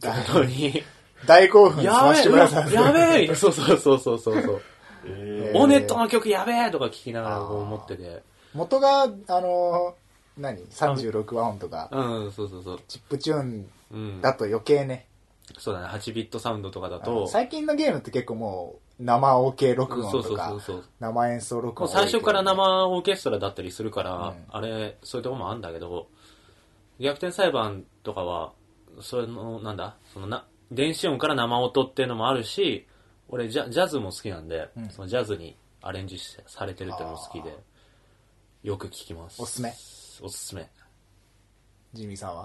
Speaker 1: 大
Speaker 3: 本当に。
Speaker 1: 大興奮、スマ
Speaker 3: や
Speaker 1: ッ
Speaker 3: べ
Speaker 1: シュブラザー
Speaker 3: え、
Speaker 1: ズ。
Speaker 3: やべ え、そうそうそうそうそう そう。
Speaker 2: え
Speaker 1: ー
Speaker 3: オネットの曲やべえとか聞きながらこう思ってて。
Speaker 1: 元が、あのー、何 ?36 和音とか、
Speaker 3: うん、そうそうそう。
Speaker 1: チップチューン
Speaker 3: うん。
Speaker 1: だと余計ね。
Speaker 3: そうだね、8ビットサウンドとかだと、
Speaker 1: 最近のゲームって結構もう、生 OK 録
Speaker 3: そう
Speaker 1: 音
Speaker 3: そ
Speaker 1: と
Speaker 3: うそ
Speaker 1: か
Speaker 3: う、そう。
Speaker 1: 生演奏録
Speaker 3: もう
Speaker 1: 音
Speaker 3: 最初から
Speaker 1: 音。
Speaker 3: 生オーケストラだったりするから、
Speaker 1: うん
Speaker 3: あれ、そういうとこもあるんだけど、逆転裁判とかは、それの、なんだ、そのな、電子音から生音っていうのもあるし、俺ジャ、ジャズも好きなんで、
Speaker 1: うん
Speaker 3: そのジャズにアレンジしされてるっていうのも好きで、よく聞きます。
Speaker 1: おすすめ。
Speaker 3: おすすめ。
Speaker 1: ジミーさんは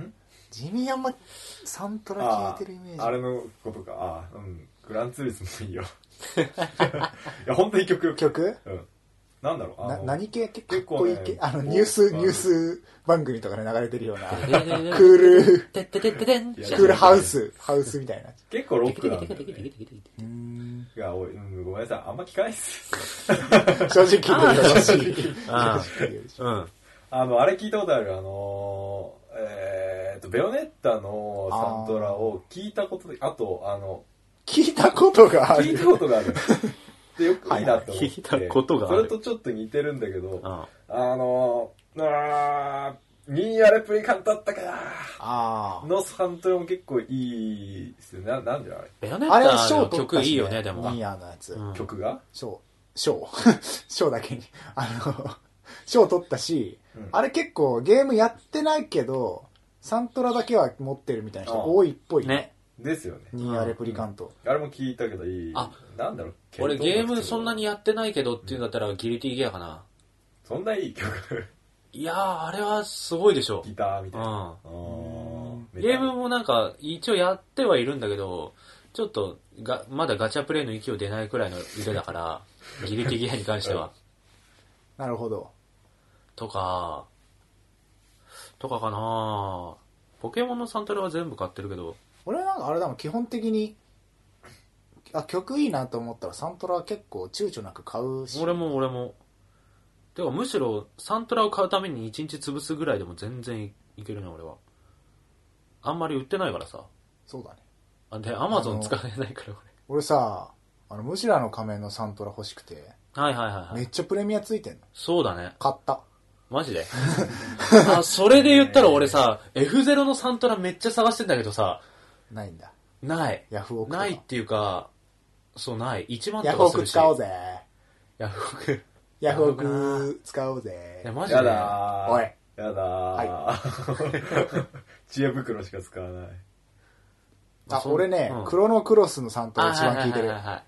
Speaker 2: ん
Speaker 1: ジミーあんま、サントラ聞いてるイメージ。
Speaker 2: ああれのことか。あーうん。グランツーリスもいいよ。 いや、本当に曲。。
Speaker 1: 曲
Speaker 2: うん。なんだろう。あ
Speaker 1: な
Speaker 2: の
Speaker 1: 何系結構いい
Speaker 2: 結構
Speaker 1: 系
Speaker 2: ね
Speaker 1: あの、ニュース、
Speaker 2: こう
Speaker 1: ニュース番組とかで流れてるような、ク
Speaker 3: ででで
Speaker 1: ール、
Speaker 3: てってってっててん
Speaker 2: いや
Speaker 1: クールハウス、ハウスみたいな。
Speaker 2: 結構ロックなんだよね。
Speaker 1: うん
Speaker 2: が多い。うん、ごめんなさい。あんま聞かないっす。
Speaker 1: 正直に言うと正直に言うと
Speaker 3: あー
Speaker 1: 正直に言うと
Speaker 3: うん。
Speaker 2: あの、あれ聞いたことある。あのー、えーっと、ベヨネッタのサントラを聞いたことで、あと、あの、
Speaker 1: 聞いたことがあ
Speaker 2: 聞い
Speaker 1: る
Speaker 2: た。ことがある。ってよくないなって思って、
Speaker 3: 聞いたことがある
Speaker 2: それとちょっと似てるんだけど、
Speaker 3: あ
Speaker 2: あのー、あー、ニーヤレプリカントだったか
Speaker 1: あ
Speaker 2: な。のサントラも結構いいっすよね。ななんであれ
Speaker 3: ベヨネッ
Speaker 1: あれ、
Speaker 3: タ
Speaker 1: 賞
Speaker 3: の
Speaker 1: 取ったし、
Speaker 3: 曲いいよね、でも。
Speaker 1: ニーヤのやつ
Speaker 3: う。ん
Speaker 2: 曲が
Speaker 1: 賞、 賞、賞だけに。あの、賞取ったし、
Speaker 2: うん
Speaker 1: あれ結構ゲームやってないけど、サントラだけは持ってるみたいな人多いっぽい
Speaker 3: ね。。
Speaker 2: ですよね。
Speaker 1: ニーヤレプリカント。
Speaker 2: あれも聞いたけどいい。
Speaker 3: あ
Speaker 2: なんだろう、
Speaker 3: 俺ゲームそんなに
Speaker 2: や
Speaker 3: やってないけどっていうんだったらギリティギアかな。
Speaker 2: そんないい曲。
Speaker 3: いやー、あれはすごいでしょ
Speaker 2: ギ。ターみ
Speaker 3: う
Speaker 2: たいな。
Speaker 3: ん。
Speaker 2: あー
Speaker 3: ゲームもなんか、一応やってはいるんだけど、ちょっとが、まだガチャプレイの息を出ないくらいの腕だ から、ギリティギアに関しては。
Speaker 1: なるほど。
Speaker 3: とか、とかかなポケモンのサントラは全部買ってるけど、
Speaker 1: 俺はなんかあれだもん、基本的に、あ、曲いいなと思ったらサントラは結構躊躇なく買うし。
Speaker 3: 俺も俺も。てかむしろサントラを買うために1日潰すぐらいでも全然いけるね、俺は。あんまり売ってないからさ。
Speaker 1: そうだね。
Speaker 3: あで、アマゾン使えないから
Speaker 1: 俺さ、あの、ムシラの仮面のサントラ欲しくて、
Speaker 3: 俺。はいはいはいは
Speaker 1: め
Speaker 3: い。
Speaker 1: っちゃプレミアついてんの。
Speaker 3: そうだね。
Speaker 1: 買った。
Speaker 3: マジであ、それで言ったら俺さ、F0 のサントラめっちゃ探してんだけどさ、
Speaker 1: ないんだ。
Speaker 3: ない。
Speaker 1: ヤフオクとか。
Speaker 3: ないっていうか、そうない。1万と
Speaker 1: ヤフオ
Speaker 3: かす
Speaker 1: ク
Speaker 3: るし。
Speaker 1: 使おうぜ。
Speaker 3: ヤフオク。
Speaker 1: ヤフオク使おうぜ
Speaker 3: いや、。マジで
Speaker 2: や。だー。
Speaker 1: おい。
Speaker 2: やだー。 知恵袋しか使わない。
Speaker 1: あ、
Speaker 3: そう
Speaker 1: 俺ね、
Speaker 3: うん
Speaker 1: クロノクロスのサント
Speaker 3: あ
Speaker 1: ラ一番聴いてる
Speaker 3: は。ははは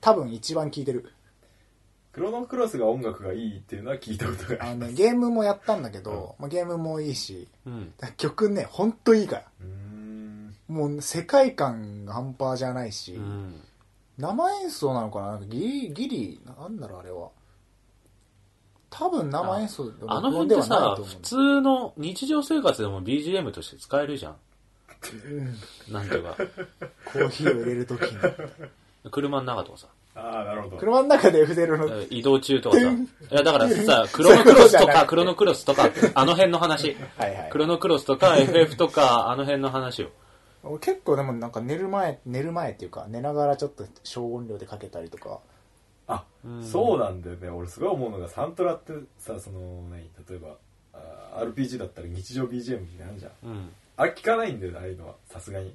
Speaker 1: 多分一番聴いてる。
Speaker 2: クロノクロスが音楽がいいっていうのは聞いたことがあ
Speaker 1: あ
Speaker 2: る。
Speaker 1: の ね、ゲームもやったんだけど、まあ、ゲームもいいし、
Speaker 3: うん。
Speaker 1: 曲ね、ほんといいから。
Speaker 2: うーん。
Speaker 1: もう世界観が半端じゃないし、
Speaker 3: うん。
Speaker 1: 生演奏なのかななんかギリ、ギリ、なんだろうあれは。多分生演奏でも
Speaker 3: あの
Speaker 1: 録音
Speaker 3: 辺
Speaker 1: で
Speaker 3: って
Speaker 1: はな
Speaker 3: さ
Speaker 1: いと、思
Speaker 3: 普
Speaker 1: う。
Speaker 3: 通の日常生活でも BGM として使えるじゃん。
Speaker 1: うん
Speaker 3: なんていうか。
Speaker 1: コーヒーを入れると きに。
Speaker 3: 車の中とかさ。
Speaker 2: ああ、なるほど。
Speaker 1: 車の中で F0 の、
Speaker 3: 移動中とかさ。
Speaker 1: うん
Speaker 3: いや、だからさ、クロ
Speaker 1: そうい
Speaker 3: ノクロス
Speaker 1: うことじゃ
Speaker 3: と
Speaker 1: なく
Speaker 3: か、
Speaker 1: て
Speaker 3: クロノクロスとか、あの辺の話。
Speaker 1: はいはい
Speaker 3: ク。ロノクロスとか、FF とか、あの辺の話を。
Speaker 1: 俺結構でもなんか寝る前、寝る前っていうか、寝ながらちょっと小音量でかけたりとか。
Speaker 2: あ、
Speaker 3: ん
Speaker 2: そうなんだよね。俺すごい思うのが、サントラってさ、その、何例えば、あー RPG だったら日常 BGM みたいなのあるじゃん。
Speaker 3: うん。
Speaker 2: あれ聞かないんだよね、ああいうのは。さすがに。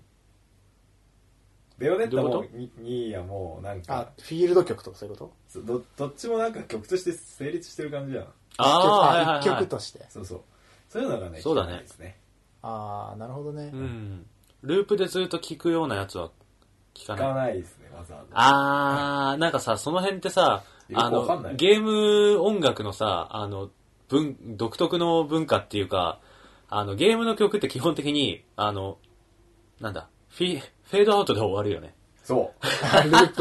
Speaker 2: ベヨネッタ
Speaker 3: どう
Speaker 2: も
Speaker 3: いう
Speaker 2: ニニーヤもなん
Speaker 1: あ
Speaker 2: か、
Speaker 1: フィールド曲とかそういうこと
Speaker 2: そどどっちもなんか曲として成立してる感じじゃん。
Speaker 3: ああー、はいはいはい。
Speaker 1: 曲曲として。
Speaker 2: そうそう。そういうのがね、
Speaker 3: そうだね
Speaker 2: 聞かないですね。
Speaker 1: ああ、なるほどね。
Speaker 3: うん。ループでずっと聞くようなやつは聞か
Speaker 2: 聞
Speaker 3: ない
Speaker 2: か。ないですね、わざわざ。
Speaker 3: あー、なんかさ、その辺ってさ、
Speaker 2: よく
Speaker 3: あ
Speaker 2: わかんな
Speaker 3: の、
Speaker 2: い
Speaker 3: ゲーム音楽のさ、あの、文、独特の文化っていうか、あの、ゲームの曲って基本的に、あの、なんだ、フィ、フェードアウトで終わるよね。
Speaker 2: そう。
Speaker 1: ルー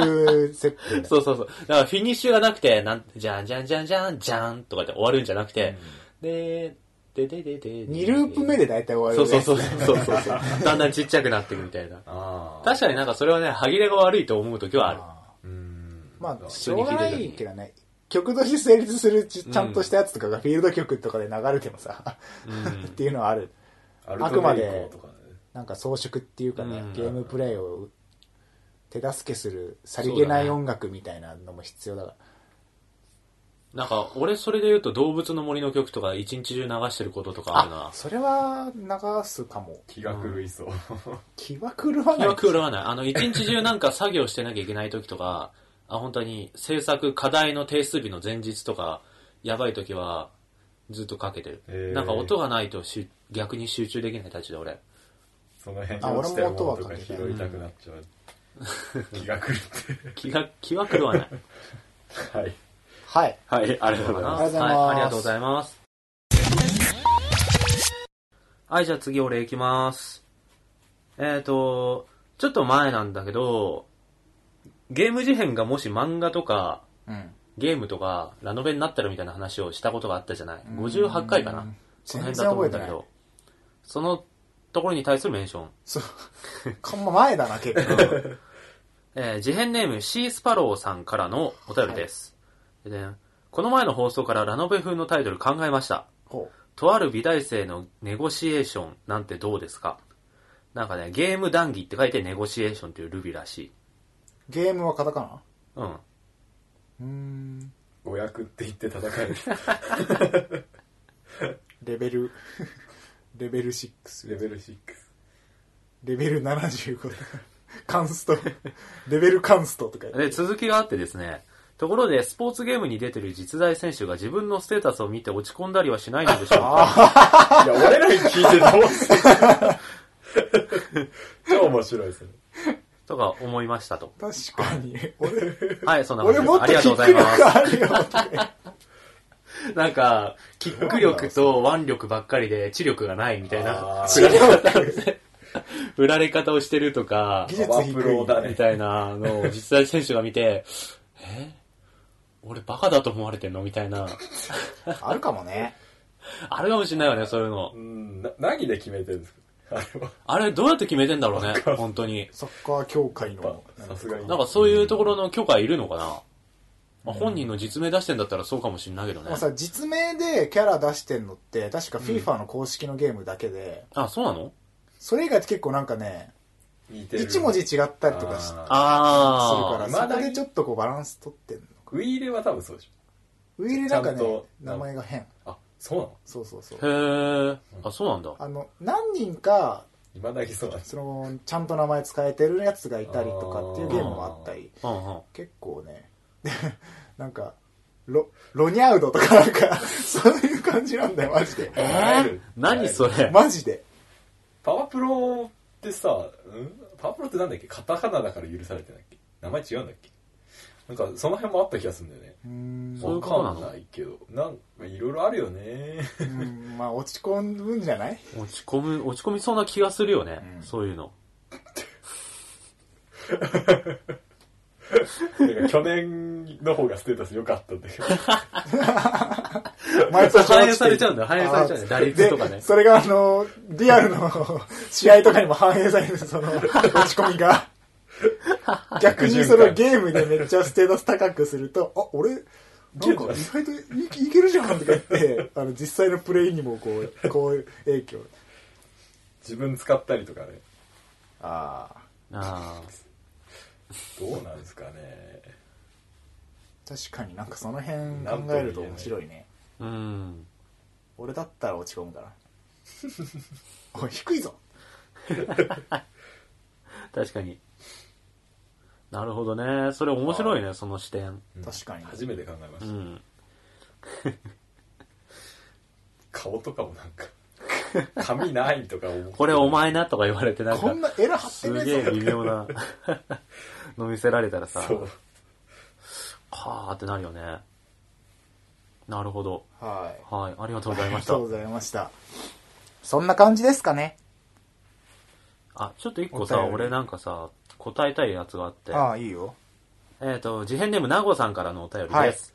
Speaker 1: プ設定だ。
Speaker 3: そうそうそう。だからフィニッシュがなくて、なん、じゃんじゃんじゃんじゃんじゃんとかで終わるんじゃなくて、で、ででででで。
Speaker 1: 2ループ目で大体終
Speaker 3: そ
Speaker 1: わ
Speaker 3: う
Speaker 1: る
Speaker 3: そう
Speaker 1: ね。
Speaker 3: そうそうそうそう。だんだんちっちゃくなっていくみたいな。
Speaker 2: ああ。
Speaker 3: 確かになんかそれはね、歯切れが悪いと思う時はある。
Speaker 1: あ
Speaker 2: うーん。
Speaker 1: ーまあ、
Speaker 2: そう
Speaker 1: しょうがないけどね。曲として成立するちちゃんとしたやつとかがフィールド曲とかで流れてもさ、
Speaker 3: ん
Speaker 1: っていうのはある。
Speaker 2: ア
Speaker 1: あくまで
Speaker 2: ルトレイコとかね
Speaker 1: なんか装飾っていうかね、
Speaker 3: うん
Speaker 1: ゲームプレイを手助けする、さりげない音楽みたいなのも必要だから。
Speaker 3: なんか、俺それで言うと動物の森の曲とか一日中流してることとかある
Speaker 1: あ
Speaker 3: な、。
Speaker 1: それは流すかも。
Speaker 2: 気が狂いそう。
Speaker 1: 気は狂わ
Speaker 3: い
Speaker 1: ない
Speaker 3: や、。狂わない。あの、一日中なんか作業してなきゃいけない時とか、あ、本当に制作、課題の提出日の前日とか、やばい時は、ずっとかけてる。
Speaker 2: へー
Speaker 3: なんか音がないとし逆に集中できないたちで俺。
Speaker 2: その辺に
Speaker 1: あ
Speaker 2: 落ちてるも
Speaker 1: 俺も音
Speaker 2: の
Speaker 1: は
Speaker 2: とか
Speaker 1: 関係ない
Speaker 2: 拾いたくなっちゃう。気が狂って。
Speaker 3: 気が、気は狂わない。
Speaker 2: はい。
Speaker 1: はい。
Speaker 2: はい、ありがとうござい
Speaker 3: かな
Speaker 2: ま
Speaker 1: ありがとうございます
Speaker 3: はい、ありがとうございます。はい、じゃあ次俺行きます。えっ、ー、と、ちょっと前なんだけど、ゲーム事変がもし漫画とか
Speaker 1: うん。
Speaker 3: ゲームとかラノベになったらみたいな話をしたことがあったじゃない。58回かな。そ
Speaker 1: 全
Speaker 3: の
Speaker 1: 然
Speaker 3: 辺だと
Speaker 1: 覚
Speaker 3: 思う
Speaker 1: え
Speaker 3: ん
Speaker 1: て
Speaker 3: だ
Speaker 1: ない。
Speaker 3: けど、そのところに対するメンション。
Speaker 1: そう。かんま前だな、結構。
Speaker 3: えー、事変ネーム C スパローさんからのお便りです、でねこの前の放送からラノベ風のタイトル考えました。
Speaker 1: ほ
Speaker 3: とある美大生のネゴシエーションなんてどうですかなんかね、ゲーム談義って書いてネゴシエーションというルビらしい。
Speaker 1: うゲームはカタカナ
Speaker 3: うん。
Speaker 1: うん。
Speaker 2: 五役って言って戦える。
Speaker 1: レベル、 レベル6。
Speaker 2: レベル6。
Speaker 1: レベル75。カンスト。レベルカンストとか言って
Speaker 3: で、続きがあってですね、ところで、スポーツゲームに出てる実在選手が自分のステータスを見て落ち込んだりはしないのでしょうか
Speaker 2: いや、俺らに聞いてどうする超面白いですね。
Speaker 3: とか思いましたと。
Speaker 1: 確かに。俺、
Speaker 3: はい、そんな
Speaker 1: 俺もっ
Speaker 3: 感
Speaker 1: とキ
Speaker 3: じです。ありがとう
Speaker 1: ッ
Speaker 3: ござ
Speaker 1: ク
Speaker 3: います。
Speaker 1: 力あるよ。
Speaker 3: なんか、キック力と腕力ばっかりで、知力がないみたいな、
Speaker 1: 知力
Speaker 3: 振られ方をしてるとか
Speaker 1: 技、
Speaker 2: パ
Speaker 1: 術
Speaker 2: ワ
Speaker 1: 低
Speaker 2: プロだ
Speaker 1: い。
Speaker 2: ね
Speaker 3: み。たいなのを実際選手が見て、え俺バカだと思われてんのみたいな。
Speaker 1: あるかもね。
Speaker 3: あるかもしれないよね、そういうの
Speaker 2: う。ん、な何で決めてるんですかあれは。
Speaker 3: あれどうやって決めてんだろうね、本当に。
Speaker 1: サッカー協会の。
Speaker 2: さすがに
Speaker 3: なんかそういうところの許可いるのかな、まあ、本人の実名出してんだったらそうかもしれないけどね
Speaker 1: もう。さ、実名でキャラ出してんのって、確か FIFA の公式のゲームだけで、
Speaker 3: あ、そうなの
Speaker 1: それ以外って結構なんかね、
Speaker 2: 似てる。
Speaker 1: 一文字違ったりとかしするか
Speaker 2: あ
Speaker 1: ら、
Speaker 3: あ
Speaker 2: まだ
Speaker 1: そこでちょっとこうバランス取ってんの。
Speaker 2: ー。ウィーレは多分そうでし
Speaker 1: ウィールなんか
Speaker 2: ちゃん
Speaker 1: ね
Speaker 2: と、
Speaker 1: 名前が変。
Speaker 2: ょ。あ、そうなの
Speaker 1: そうそうそう
Speaker 3: ー。。へえ。あ、そうなんだ。
Speaker 1: あの、何人か、
Speaker 2: 今だけそうなんです。
Speaker 1: その、ちゃんと名前使えてるやつがいたりとかっていうゲームもあったり、
Speaker 3: うんうん。
Speaker 1: 結構ね、 なんか、ロ、ロニャウドとかなんか、 そういう感じなんだよ、マジで。
Speaker 3: えー、何それ。
Speaker 1: マジで。
Speaker 2: パワプロってさ、うんパワプロってなんだっけカタカナだから許されてないっけ名前違うんだっけなんか、その辺もあった気がするんだよね。
Speaker 1: うーん
Speaker 3: そういうことな
Speaker 2: わ
Speaker 3: の
Speaker 2: かんないけど。なんか、いろいろあるよね。
Speaker 1: うんまあ落ち込むんじゃ ない
Speaker 3: 落ち込む、落ち込みそうな気がするよね。そういうの。
Speaker 2: なんか去年の方がステータス良かったんだけど。
Speaker 1: 毎年
Speaker 3: 反映されちゃうんだよ反映されちゃう
Speaker 1: あ
Speaker 3: んだよ
Speaker 1: ー
Speaker 3: 打率とかね
Speaker 1: でそれがあの、リアルの試合とかにも反映される、 その、落ち込みが。逆にそのゲームでめっちゃステータス高くすると、あ、俺、なんか意外といいけるじゃんとか言 って、あの、実際のプレイにもこう、こう影響。
Speaker 2: 自分使ったりとかね。
Speaker 1: ああ。
Speaker 3: あ
Speaker 2: どうなんですかね。
Speaker 1: 確かになんかその辺考えると面白いね。
Speaker 3: あ。うん。
Speaker 1: 俺だったら落ち込む かな。おい、低いぞ。
Speaker 3: 確かに。なるほどね。それ面白いね、その視点。
Speaker 1: 確かに。
Speaker 2: 初めて考えま
Speaker 3: う
Speaker 2: した。
Speaker 3: ん。
Speaker 2: 顔とかもなんか、髪ないとか思って
Speaker 3: これお前なとか言われてなん
Speaker 1: こ
Speaker 3: か
Speaker 1: ん、なエ ラ張って
Speaker 3: す
Speaker 1: ね
Speaker 3: げえ
Speaker 1: えぞ。
Speaker 3: 微妙 なの見せられたらさ、
Speaker 2: そう。
Speaker 3: はーってなるよね。なるほど。
Speaker 1: はい。
Speaker 3: はい、ありがとうござい
Speaker 1: あ
Speaker 3: ま
Speaker 1: り
Speaker 3: し
Speaker 1: が
Speaker 3: た
Speaker 1: とう。ございました。そんな感じですかね。
Speaker 3: あ、ちょっと一個さ、
Speaker 1: お便り
Speaker 3: 俺なんかさ、答えたいやつがあって。
Speaker 1: ああ、いいよ。
Speaker 3: えっ、と、自編ネームなごさんからのお便りです。えー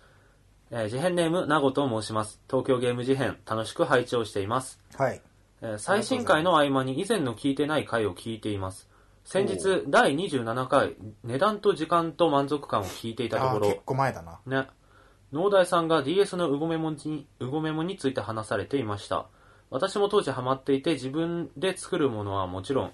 Speaker 3: 自編ネームなごと申します。東京ゲーム事変、楽しく拝聴しています。
Speaker 1: はい。
Speaker 3: えー最新回の合間に以前の聞いてない回を聞いています。先日、第27回、値段と時間と満足感を聞いていたと
Speaker 1: あ
Speaker 3: こ
Speaker 1: あ、結
Speaker 3: ろ、
Speaker 1: 構前だな。
Speaker 3: ね、農大さんが DS のうごめもに、うごめもについて話されていました。私も当時ハマっていて、自分で作るものはもちろん、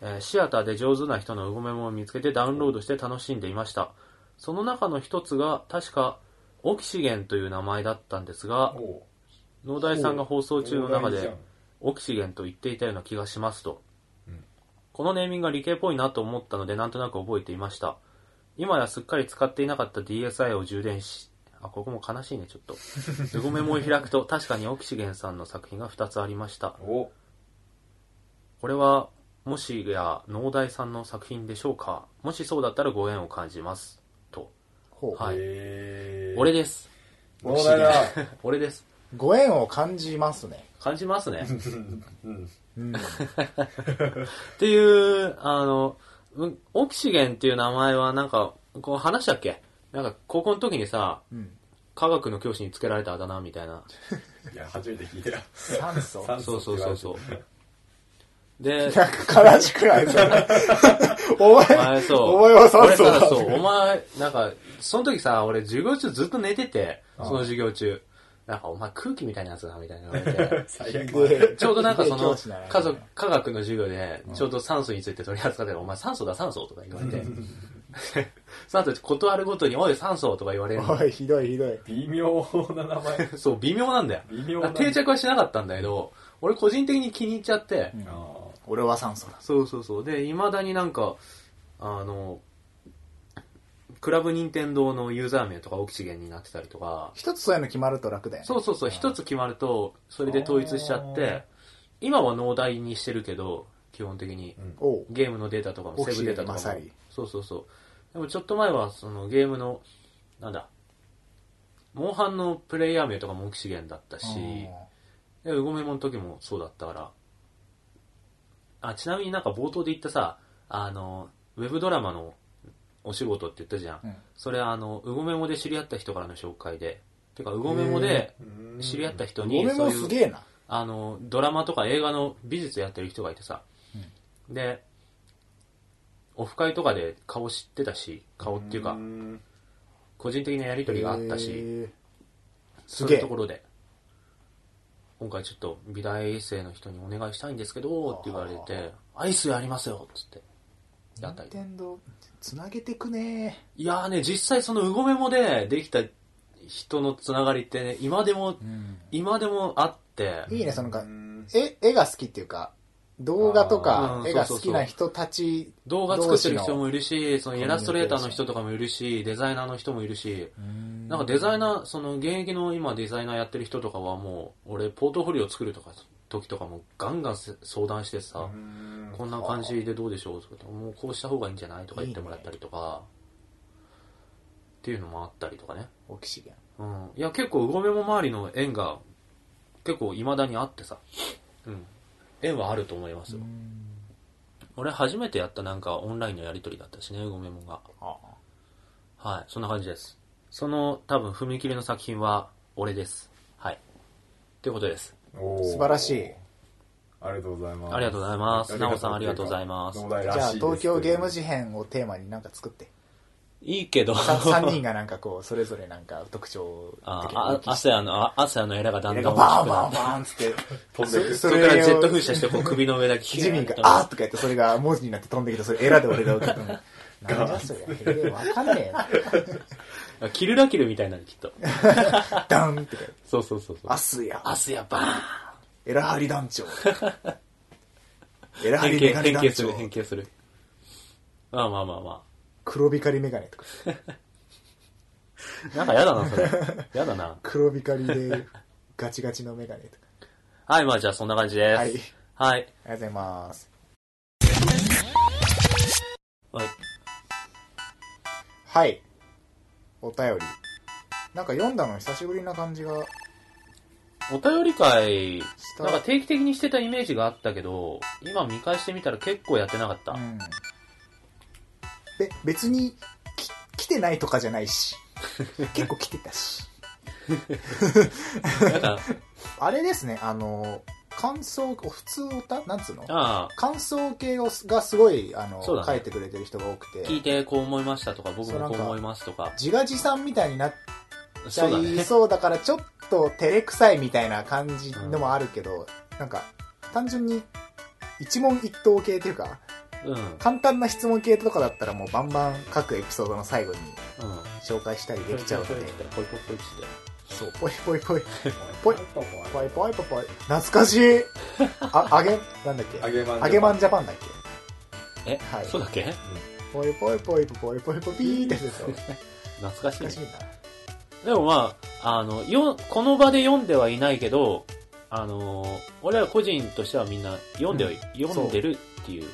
Speaker 3: えーシアターで上手な人のうごめもを見つけてダウンロードして楽しんでいました。その中の一つが、確か、オキシゲンという名前だったんですが、
Speaker 2: おう
Speaker 3: 農大さんが放送中の中
Speaker 2: おうじゃ
Speaker 3: で
Speaker 2: ん、
Speaker 3: オキシゲンと言っていたような気がしますと、
Speaker 2: うん
Speaker 3: このネーミングが理系っぽいなと思ったのでなんとなく覚えていました今やすっかり使っていなかった DSI を充電しあここも悲しいねちょっ とエゴメモを開くと確かにオキシゲンさんの作品が2つありました
Speaker 2: お
Speaker 3: これはもしや農大さんの作品でしょうかもしそうだったらご縁を感じますと
Speaker 1: ほう。
Speaker 3: はい
Speaker 2: えー
Speaker 3: 俺です
Speaker 2: もうだな。
Speaker 3: 俺です
Speaker 1: ご縁を感じますね。
Speaker 3: 感じます ね
Speaker 2: うん。
Speaker 1: うん。
Speaker 3: っていう、あの、うんオキシゲンっていう名前はなんか、こう話したっけなんか高校の時にさ、
Speaker 1: うん。
Speaker 3: 科学の教師につけられたあだ名みたいな。
Speaker 2: いや、初めて聞いたよ。。。
Speaker 1: 酸素。なん
Speaker 3: そうそうそうそうう。 で、
Speaker 1: か悲しく ないそれお
Speaker 3: お前
Speaker 1: 前、
Speaker 3: そう。
Speaker 1: お前は酸素
Speaker 3: 俺さ
Speaker 1: だ。
Speaker 3: そう、お前、なんか、その時さ、俺授業中ずっと寝てて、その授業中。なんか、お前空気みたいなやつだな、みたいな言われて
Speaker 2: 最悪だ。
Speaker 1: で
Speaker 3: ちょうどなんか そ
Speaker 1: 教
Speaker 3: の
Speaker 1: 師なら、
Speaker 3: 家族、科学の授業で、ちょうど酸素について取り扱ってたら、お前酸素だ酸素とか言われて。 その後、ことあるごとに、おい、酸素とか言われるの。
Speaker 1: おい、ひどいひどい。
Speaker 2: 微妙な名前。
Speaker 3: そう、微妙なんだよ。
Speaker 2: 微妙
Speaker 3: だ
Speaker 2: な。
Speaker 3: から定着はしなかったんだけど、俺個人的に気に入っちゃって、
Speaker 1: うん
Speaker 2: あー
Speaker 1: 俺は酸素だ。
Speaker 3: そうそうそう。で、未だになんか、あの、クラブ任天堂のユーザー名とかオキシゲンになってたりとか、
Speaker 1: 一つそういうの決まると楽だよね。
Speaker 3: そうそうそう、一つ決まると、それで統一しちゃって、今は農大にしてるけど、基本的に。
Speaker 1: おう。
Speaker 3: ゲームのデータとかも、セーブデータと
Speaker 1: オキシ
Speaker 3: か
Speaker 1: ゲンマサ
Speaker 3: も
Speaker 1: イ。
Speaker 3: そうそうそう。でもちょっと前は、そのゲームの、なんだ、モンハンのプレイヤー名とかもオキシゲンだったし、で、うごめもの時もそうだったから。あ、ちなみになんか冒頭で言ったさ、あの、ウェブドラマのお仕事って言ったじゃん。
Speaker 1: うん
Speaker 3: それあの、うごめもで知り合った人からの紹介で。てか、うごめもで
Speaker 2: うん
Speaker 3: 知り合った人
Speaker 1: ご
Speaker 3: に、
Speaker 1: めん
Speaker 3: そ
Speaker 1: も
Speaker 3: う
Speaker 1: す
Speaker 3: いう、
Speaker 1: げえな。
Speaker 3: あの、ドラマとか映画の美術やってる人がいてさ。で、オフ会とかで顔知ってたし、顔っていうか、
Speaker 2: ん
Speaker 3: 個人的なやりとりがあったし、
Speaker 1: へえす
Speaker 3: そう
Speaker 1: げ
Speaker 3: い
Speaker 1: え
Speaker 3: うところで、今回ちょっと美大生の人にお願いしたいんですけど、って言われて、アイスやりますよっつって、やった
Speaker 1: 任
Speaker 3: り。
Speaker 1: 天堂つなげてくね
Speaker 3: いやーね、実際そのうごめもでできた人のつながりってね、今でも、今でもあって、
Speaker 1: いいねその
Speaker 2: う
Speaker 1: か
Speaker 2: ん
Speaker 1: 絵絵が好きっていうか動画とか
Speaker 3: あー
Speaker 1: 絵が好きな人たち
Speaker 3: 動画作ってる人
Speaker 1: 同
Speaker 3: もいるし、そのイラストレーターの人とかもいるし、デザイナーの人もいるし、なんかデザイナー、その現役の今デザイナーやってる人とかはもう、俺ポートフォリオ作るとか、時とかもガンガンせ相談してさ、こんな感じでどうでしょうとか言ってもうこうした方がいいんじゃないとか言ってもらったりとか、っていうのもあったりとかね。
Speaker 1: 士のオキシゲン
Speaker 3: うん。いや、結構、うごめも周りの縁が、結構未だにあってさ、うん。縁はあると思いますよ。俺初めてやったなんかオンラインのやりとりだったしね、うごめもが。
Speaker 1: あ
Speaker 3: はい、そんな感じです。その、多分、踏切の作品は、俺です。はい。ということです。
Speaker 1: ー素晴らしい
Speaker 2: ありがとうございます。
Speaker 3: ありがとうございますなおさんありがとうございます
Speaker 1: じ
Speaker 2: じ
Speaker 1: ゃあ東京ゲーム事変をテーマになんか作って
Speaker 3: いいけど、
Speaker 1: さ3人がなんかこうそれぞれなんか特徴的
Speaker 3: あ
Speaker 1: に
Speaker 3: あ、アセアの、あアセアのエラがだん
Speaker 1: 絵
Speaker 3: だ
Speaker 1: が
Speaker 3: ん
Speaker 1: バー
Speaker 3: 大
Speaker 1: ン
Speaker 3: きくな
Speaker 1: バー
Speaker 3: る
Speaker 1: ン。バーンつって
Speaker 2: 飛んでく
Speaker 1: そ
Speaker 3: それからジェット
Speaker 1: を
Speaker 3: 噴射して、こう首の上だけヒュ
Speaker 1: ジミ
Speaker 3: ー
Speaker 1: ー
Speaker 3: ッ
Speaker 1: が
Speaker 3: と、
Speaker 1: あーとかやって、それが文字になって飛んできて、それエラで俺 が受け止める。なんじゃそりゃ、へえ、わかんねえな。
Speaker 3: キルラキルみたいなのきっと。
Speaker 1: ダンって。
Speaker 3: そうそうそうそう。
Speaker 1: アスや、
Speaker 3: アセアバー
Speaker 1: エラハリ団長。エラハ
Speaker 3: ン
Speaker 1: リ
Speaker 3: 変
Speaker 1: メ
Speaker 3: 形、
Speaker 1: ガネ
Speaker 3: 変
Speaker 1: 団
Speaker 3: 形する、
Speaker 1: 長。
Speaker 3: 変形する。まあまあまあま
Speaker 1: 黒光りメガネとか。
Speaker 3: あ。なんかやだな、それ。やだな。
Speaker 1: 黒光りでガチガチのメガネとか。
Speaker 3: はい、まあじゃあそんな感じです。
Speaker 1: はい。
Speaker 3: は
Speaker 1: あ
Speaker 3: い。
Speaker 1: りがとうございます。
Speaker 3: はい。
Speaker 1: はい。お便り。なんか読んだの久しぶりな感じが
Speaker 3: お便り会、
Speaker 1: した。
Speaker 3: なんか定期的にしてたイメージがあったけど、今見返してみたら結構やってなかった。
Speaker 1: うん。で、別にき来てないとかじゃない し。結構来てたし。
Speaker 3: なんか、
Speaker 1: あれですね、あの、感想、普通歌なんつうの
Speaker 3: あ
Speaker 1: 感想系をすがすごい、あの、
Speaker 3: そうだね
Speaker 1: 書いてくれてる人が多く
Speaker 3: あ、聞い
Speaker 1: て、
Speaker 3: てこう思いましたとか、僕
Speaker 1: そうな
Speaker 3: も
Speaker 1: ん
Speaker 3: こ
Speaker 1: か
Speaker 3: う思いますとか。
Speaker 1: 自画自賛みたいになっちゃ
Speaker 3: そうだ
Speaker 1: い
Speaker 3: ね。
Speaker 1: そうだから、ちょっと照れくさいみたいな感じのもあるけど、なんか、単純に、一問一答系というか、
Speaker 3: うん。うん。
Speaker 1: 簡単な質問系とかだったらもうバンバン各エピソードの最後に紹介したりできちゃうの
Speaker 3: ポイ
Speaker 1: で、
Speaker 3: ポイポイポイポイポイポイって。
Speaker 1: そう、ぽいぽいぽい、
Speaker 2: ぽい。
Speaker 1: ぽいぽいぽいぽい、懐かしいあ、あげ、なんだっけ
Speaker 2: あげまん。
Speaker 1: あげまんジャパンだっけ
Speaker 3: え、
Speaker 1: はい
Speaker 3: そうだっけ
Speaker 1: ぽいぽいぽいぽいぽいぽいピーってやつですよ。
Speaker 3: 懐かしい
Speaker 1: 懐
Speaker 3: ね
Speaker 1: かしいな。
Speaker 3: でもまあ、あの、よ、この場で読んではいないけど、あのー、俺ら個人としてはみんな読んでは、
Speaker 1: うん
Speaker 3: 読んでるっていう。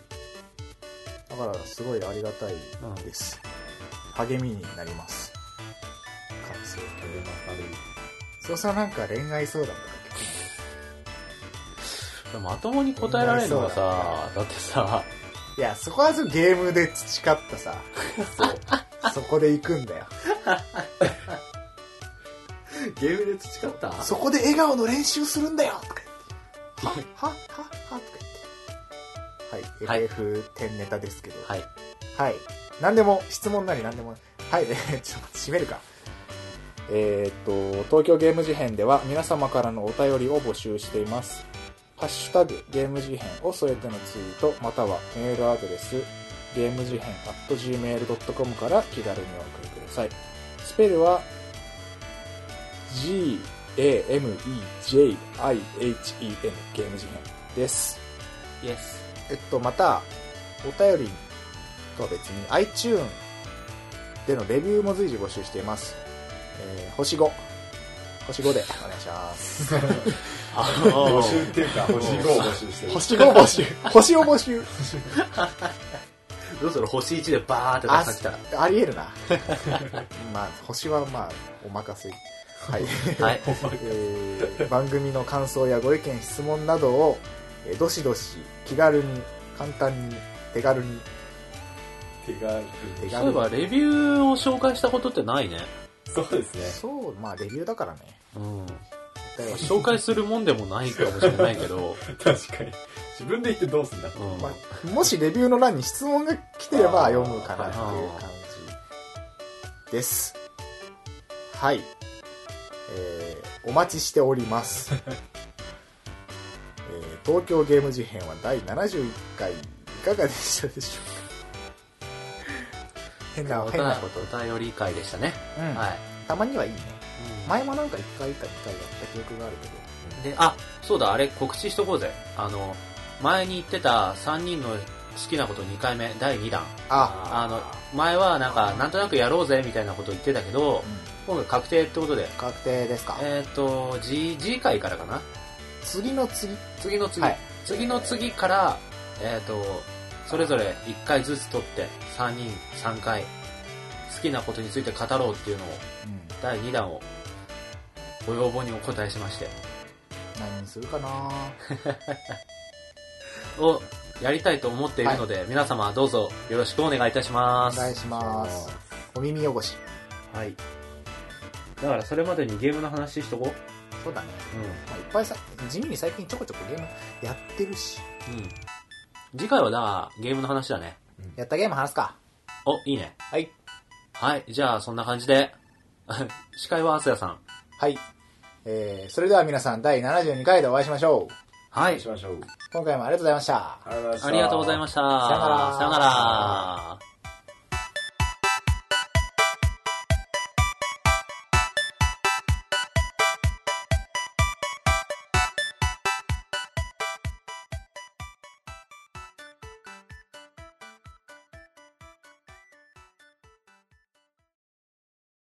Speaker 1: だからすごいありがたい
Speaker 3: うん
Speaker 1: です。励みになります。感想。そうそうなんか恋愛相談とか
Speaker 3: でもまともに答えられるのが
Speaker 1: みんな
Speaker 3: さ、だってさ、
Speaker 1: いや、そこはそうゲームで培ったさ、そう。そこで行くんだよ。
Speaker 3: ゲームで培った
Speaker 1: そこで笑顔の練習するんだよとか言って。は、は、は、は、とか言って。
Speaker 3: は
Speaker 1: はいい、FF10 ネタですけど。
Speaker 3: はい。
Speaker 1: はい。何でも、質問なり何でも。はい、えーちょっと待って閉めるか。えーっと、東京ゲーム事変では皆様からのお便りを募集しています。ハッシュタグ、ゲーム事変を添えてのツイート、またはメールアドレス、ゲーム事変 .gmail.com から気軽にお送りください。スペルは g-a-m-e-j-i-h-e-n ゲーム事変です。
Speaker 3: イエス。
Speaker 1: えっと、また、お便りとは別に iTune でのレビューも随時募集しています。えー星5。星5でお願いします。
Speaker 2: 募集っていうか、星5を募集して る。
Speaker 1: 星5募集。 星を募集。
Speaker 3: どうする星1でバーって
Speaker 1: あ
Speaker 3: 出してきた
Speaker 1: ありえるな。 まあ、星はまあ、お任せ。 はい。
Speaker 3: ら。はい。
Speaker 1: えー番組の感想やご意見質問などを、えーどしどし気軽に簡単に手軽に
Speaker 2: 手軽
Speaker 1: 手
Speaker 3: そういえ
Speaker 1: 軽
Speaker 3: ば、
Speaker 1: に
Speaker 3: レビューを紹介したことってないね。
Speaker 2: そうですね。
Speaker 1: そうまあレビューだからね
Speaker 3: うん。
Speaker 1: お便り
Speaker 3: 紹介するもんでもないかもしれないけ ど、
Speaker 2: 確かに。自分で言ってどうすんだ
Speaker 3: う
Speaker 1: ま
Speaker 3: ん。
Speaker 1: あもしレビューの欄に質問が来てれば
Speaker 2: あー
Speaker 1: 読むかなっていう感じですはいえーお待ちしております、えー東京ゲーム事変は第71回いかがでしたでしょうか変な
Speaker 3: お
Speaker 1: 変なこと、
Speaker 3: 便お便り会でしたね。
Speaker 1: うん
Speaker 3: はい。
Speaker 1: たまにはいいね
Speaker 3: うん
Speaker 1: 前もなんか1回か2回やった記憶があるけど
Speaker 3: で、あ、そうだ、あれ告知しとこうぜ。あの、前に言ってた3人の好きなこと2回目、第2弾。
Speaker 1: あ
Speaker 3: あの、前はなんか、なんとなくやろうぜみたいなこと言ってたけど、今回確定ってことで、
Speaker 1: 確定ですか
Speaker 3: えっ、ー、と、G、G 回からかな
Speaker 1: 次の次
Speaker 3: 次の次、
Speaker 1: はい
Speaker 3: 次の次から、えっ、と、それぞれ1回ずつ取って、3人3回、好きなことについて語ろうっていうのを、
Speaker 1: うん
Speaker 3: 第2弾を、ご要望にお答えしまして、
Speaker 1: 何にするかな
Speaker 3: をやりたいと思っているので、皆様どうぞよろしくお願いいたしま
Speaker 1: お願い
Speaker 3: す。
Speaker 1: しますお耳汚し
Speaker 3: はい。だからそれまでにゲームの話しとこ
Speaker 1: そうだね、
Speaker 3: う。うん。
Speaker 1: まあ、いっぱいさ地味に最近ちょこちょこゲームやってるし
Speaker 3: うん。次回はだ、ゲームの話だね。
Speaker 1: やったゲーム話すか
Speaker 3: お、いいね。
Speaker 1: はい
Speaker 3: はい、じゃあそんな感じで。 司会はアスヤさん。
Speaker 1: はいえー、それでは皆さん第72回でお会いしましょう
Speaker 3: はい
Speaker 2: し、ましょう。
Speaker 1: 今回もありがとうございました
Speaker 2: ありがとうございました。
Speaker 3: ありがとうございました。
Speaker 1: さよなら
Speaker 3: さよなら。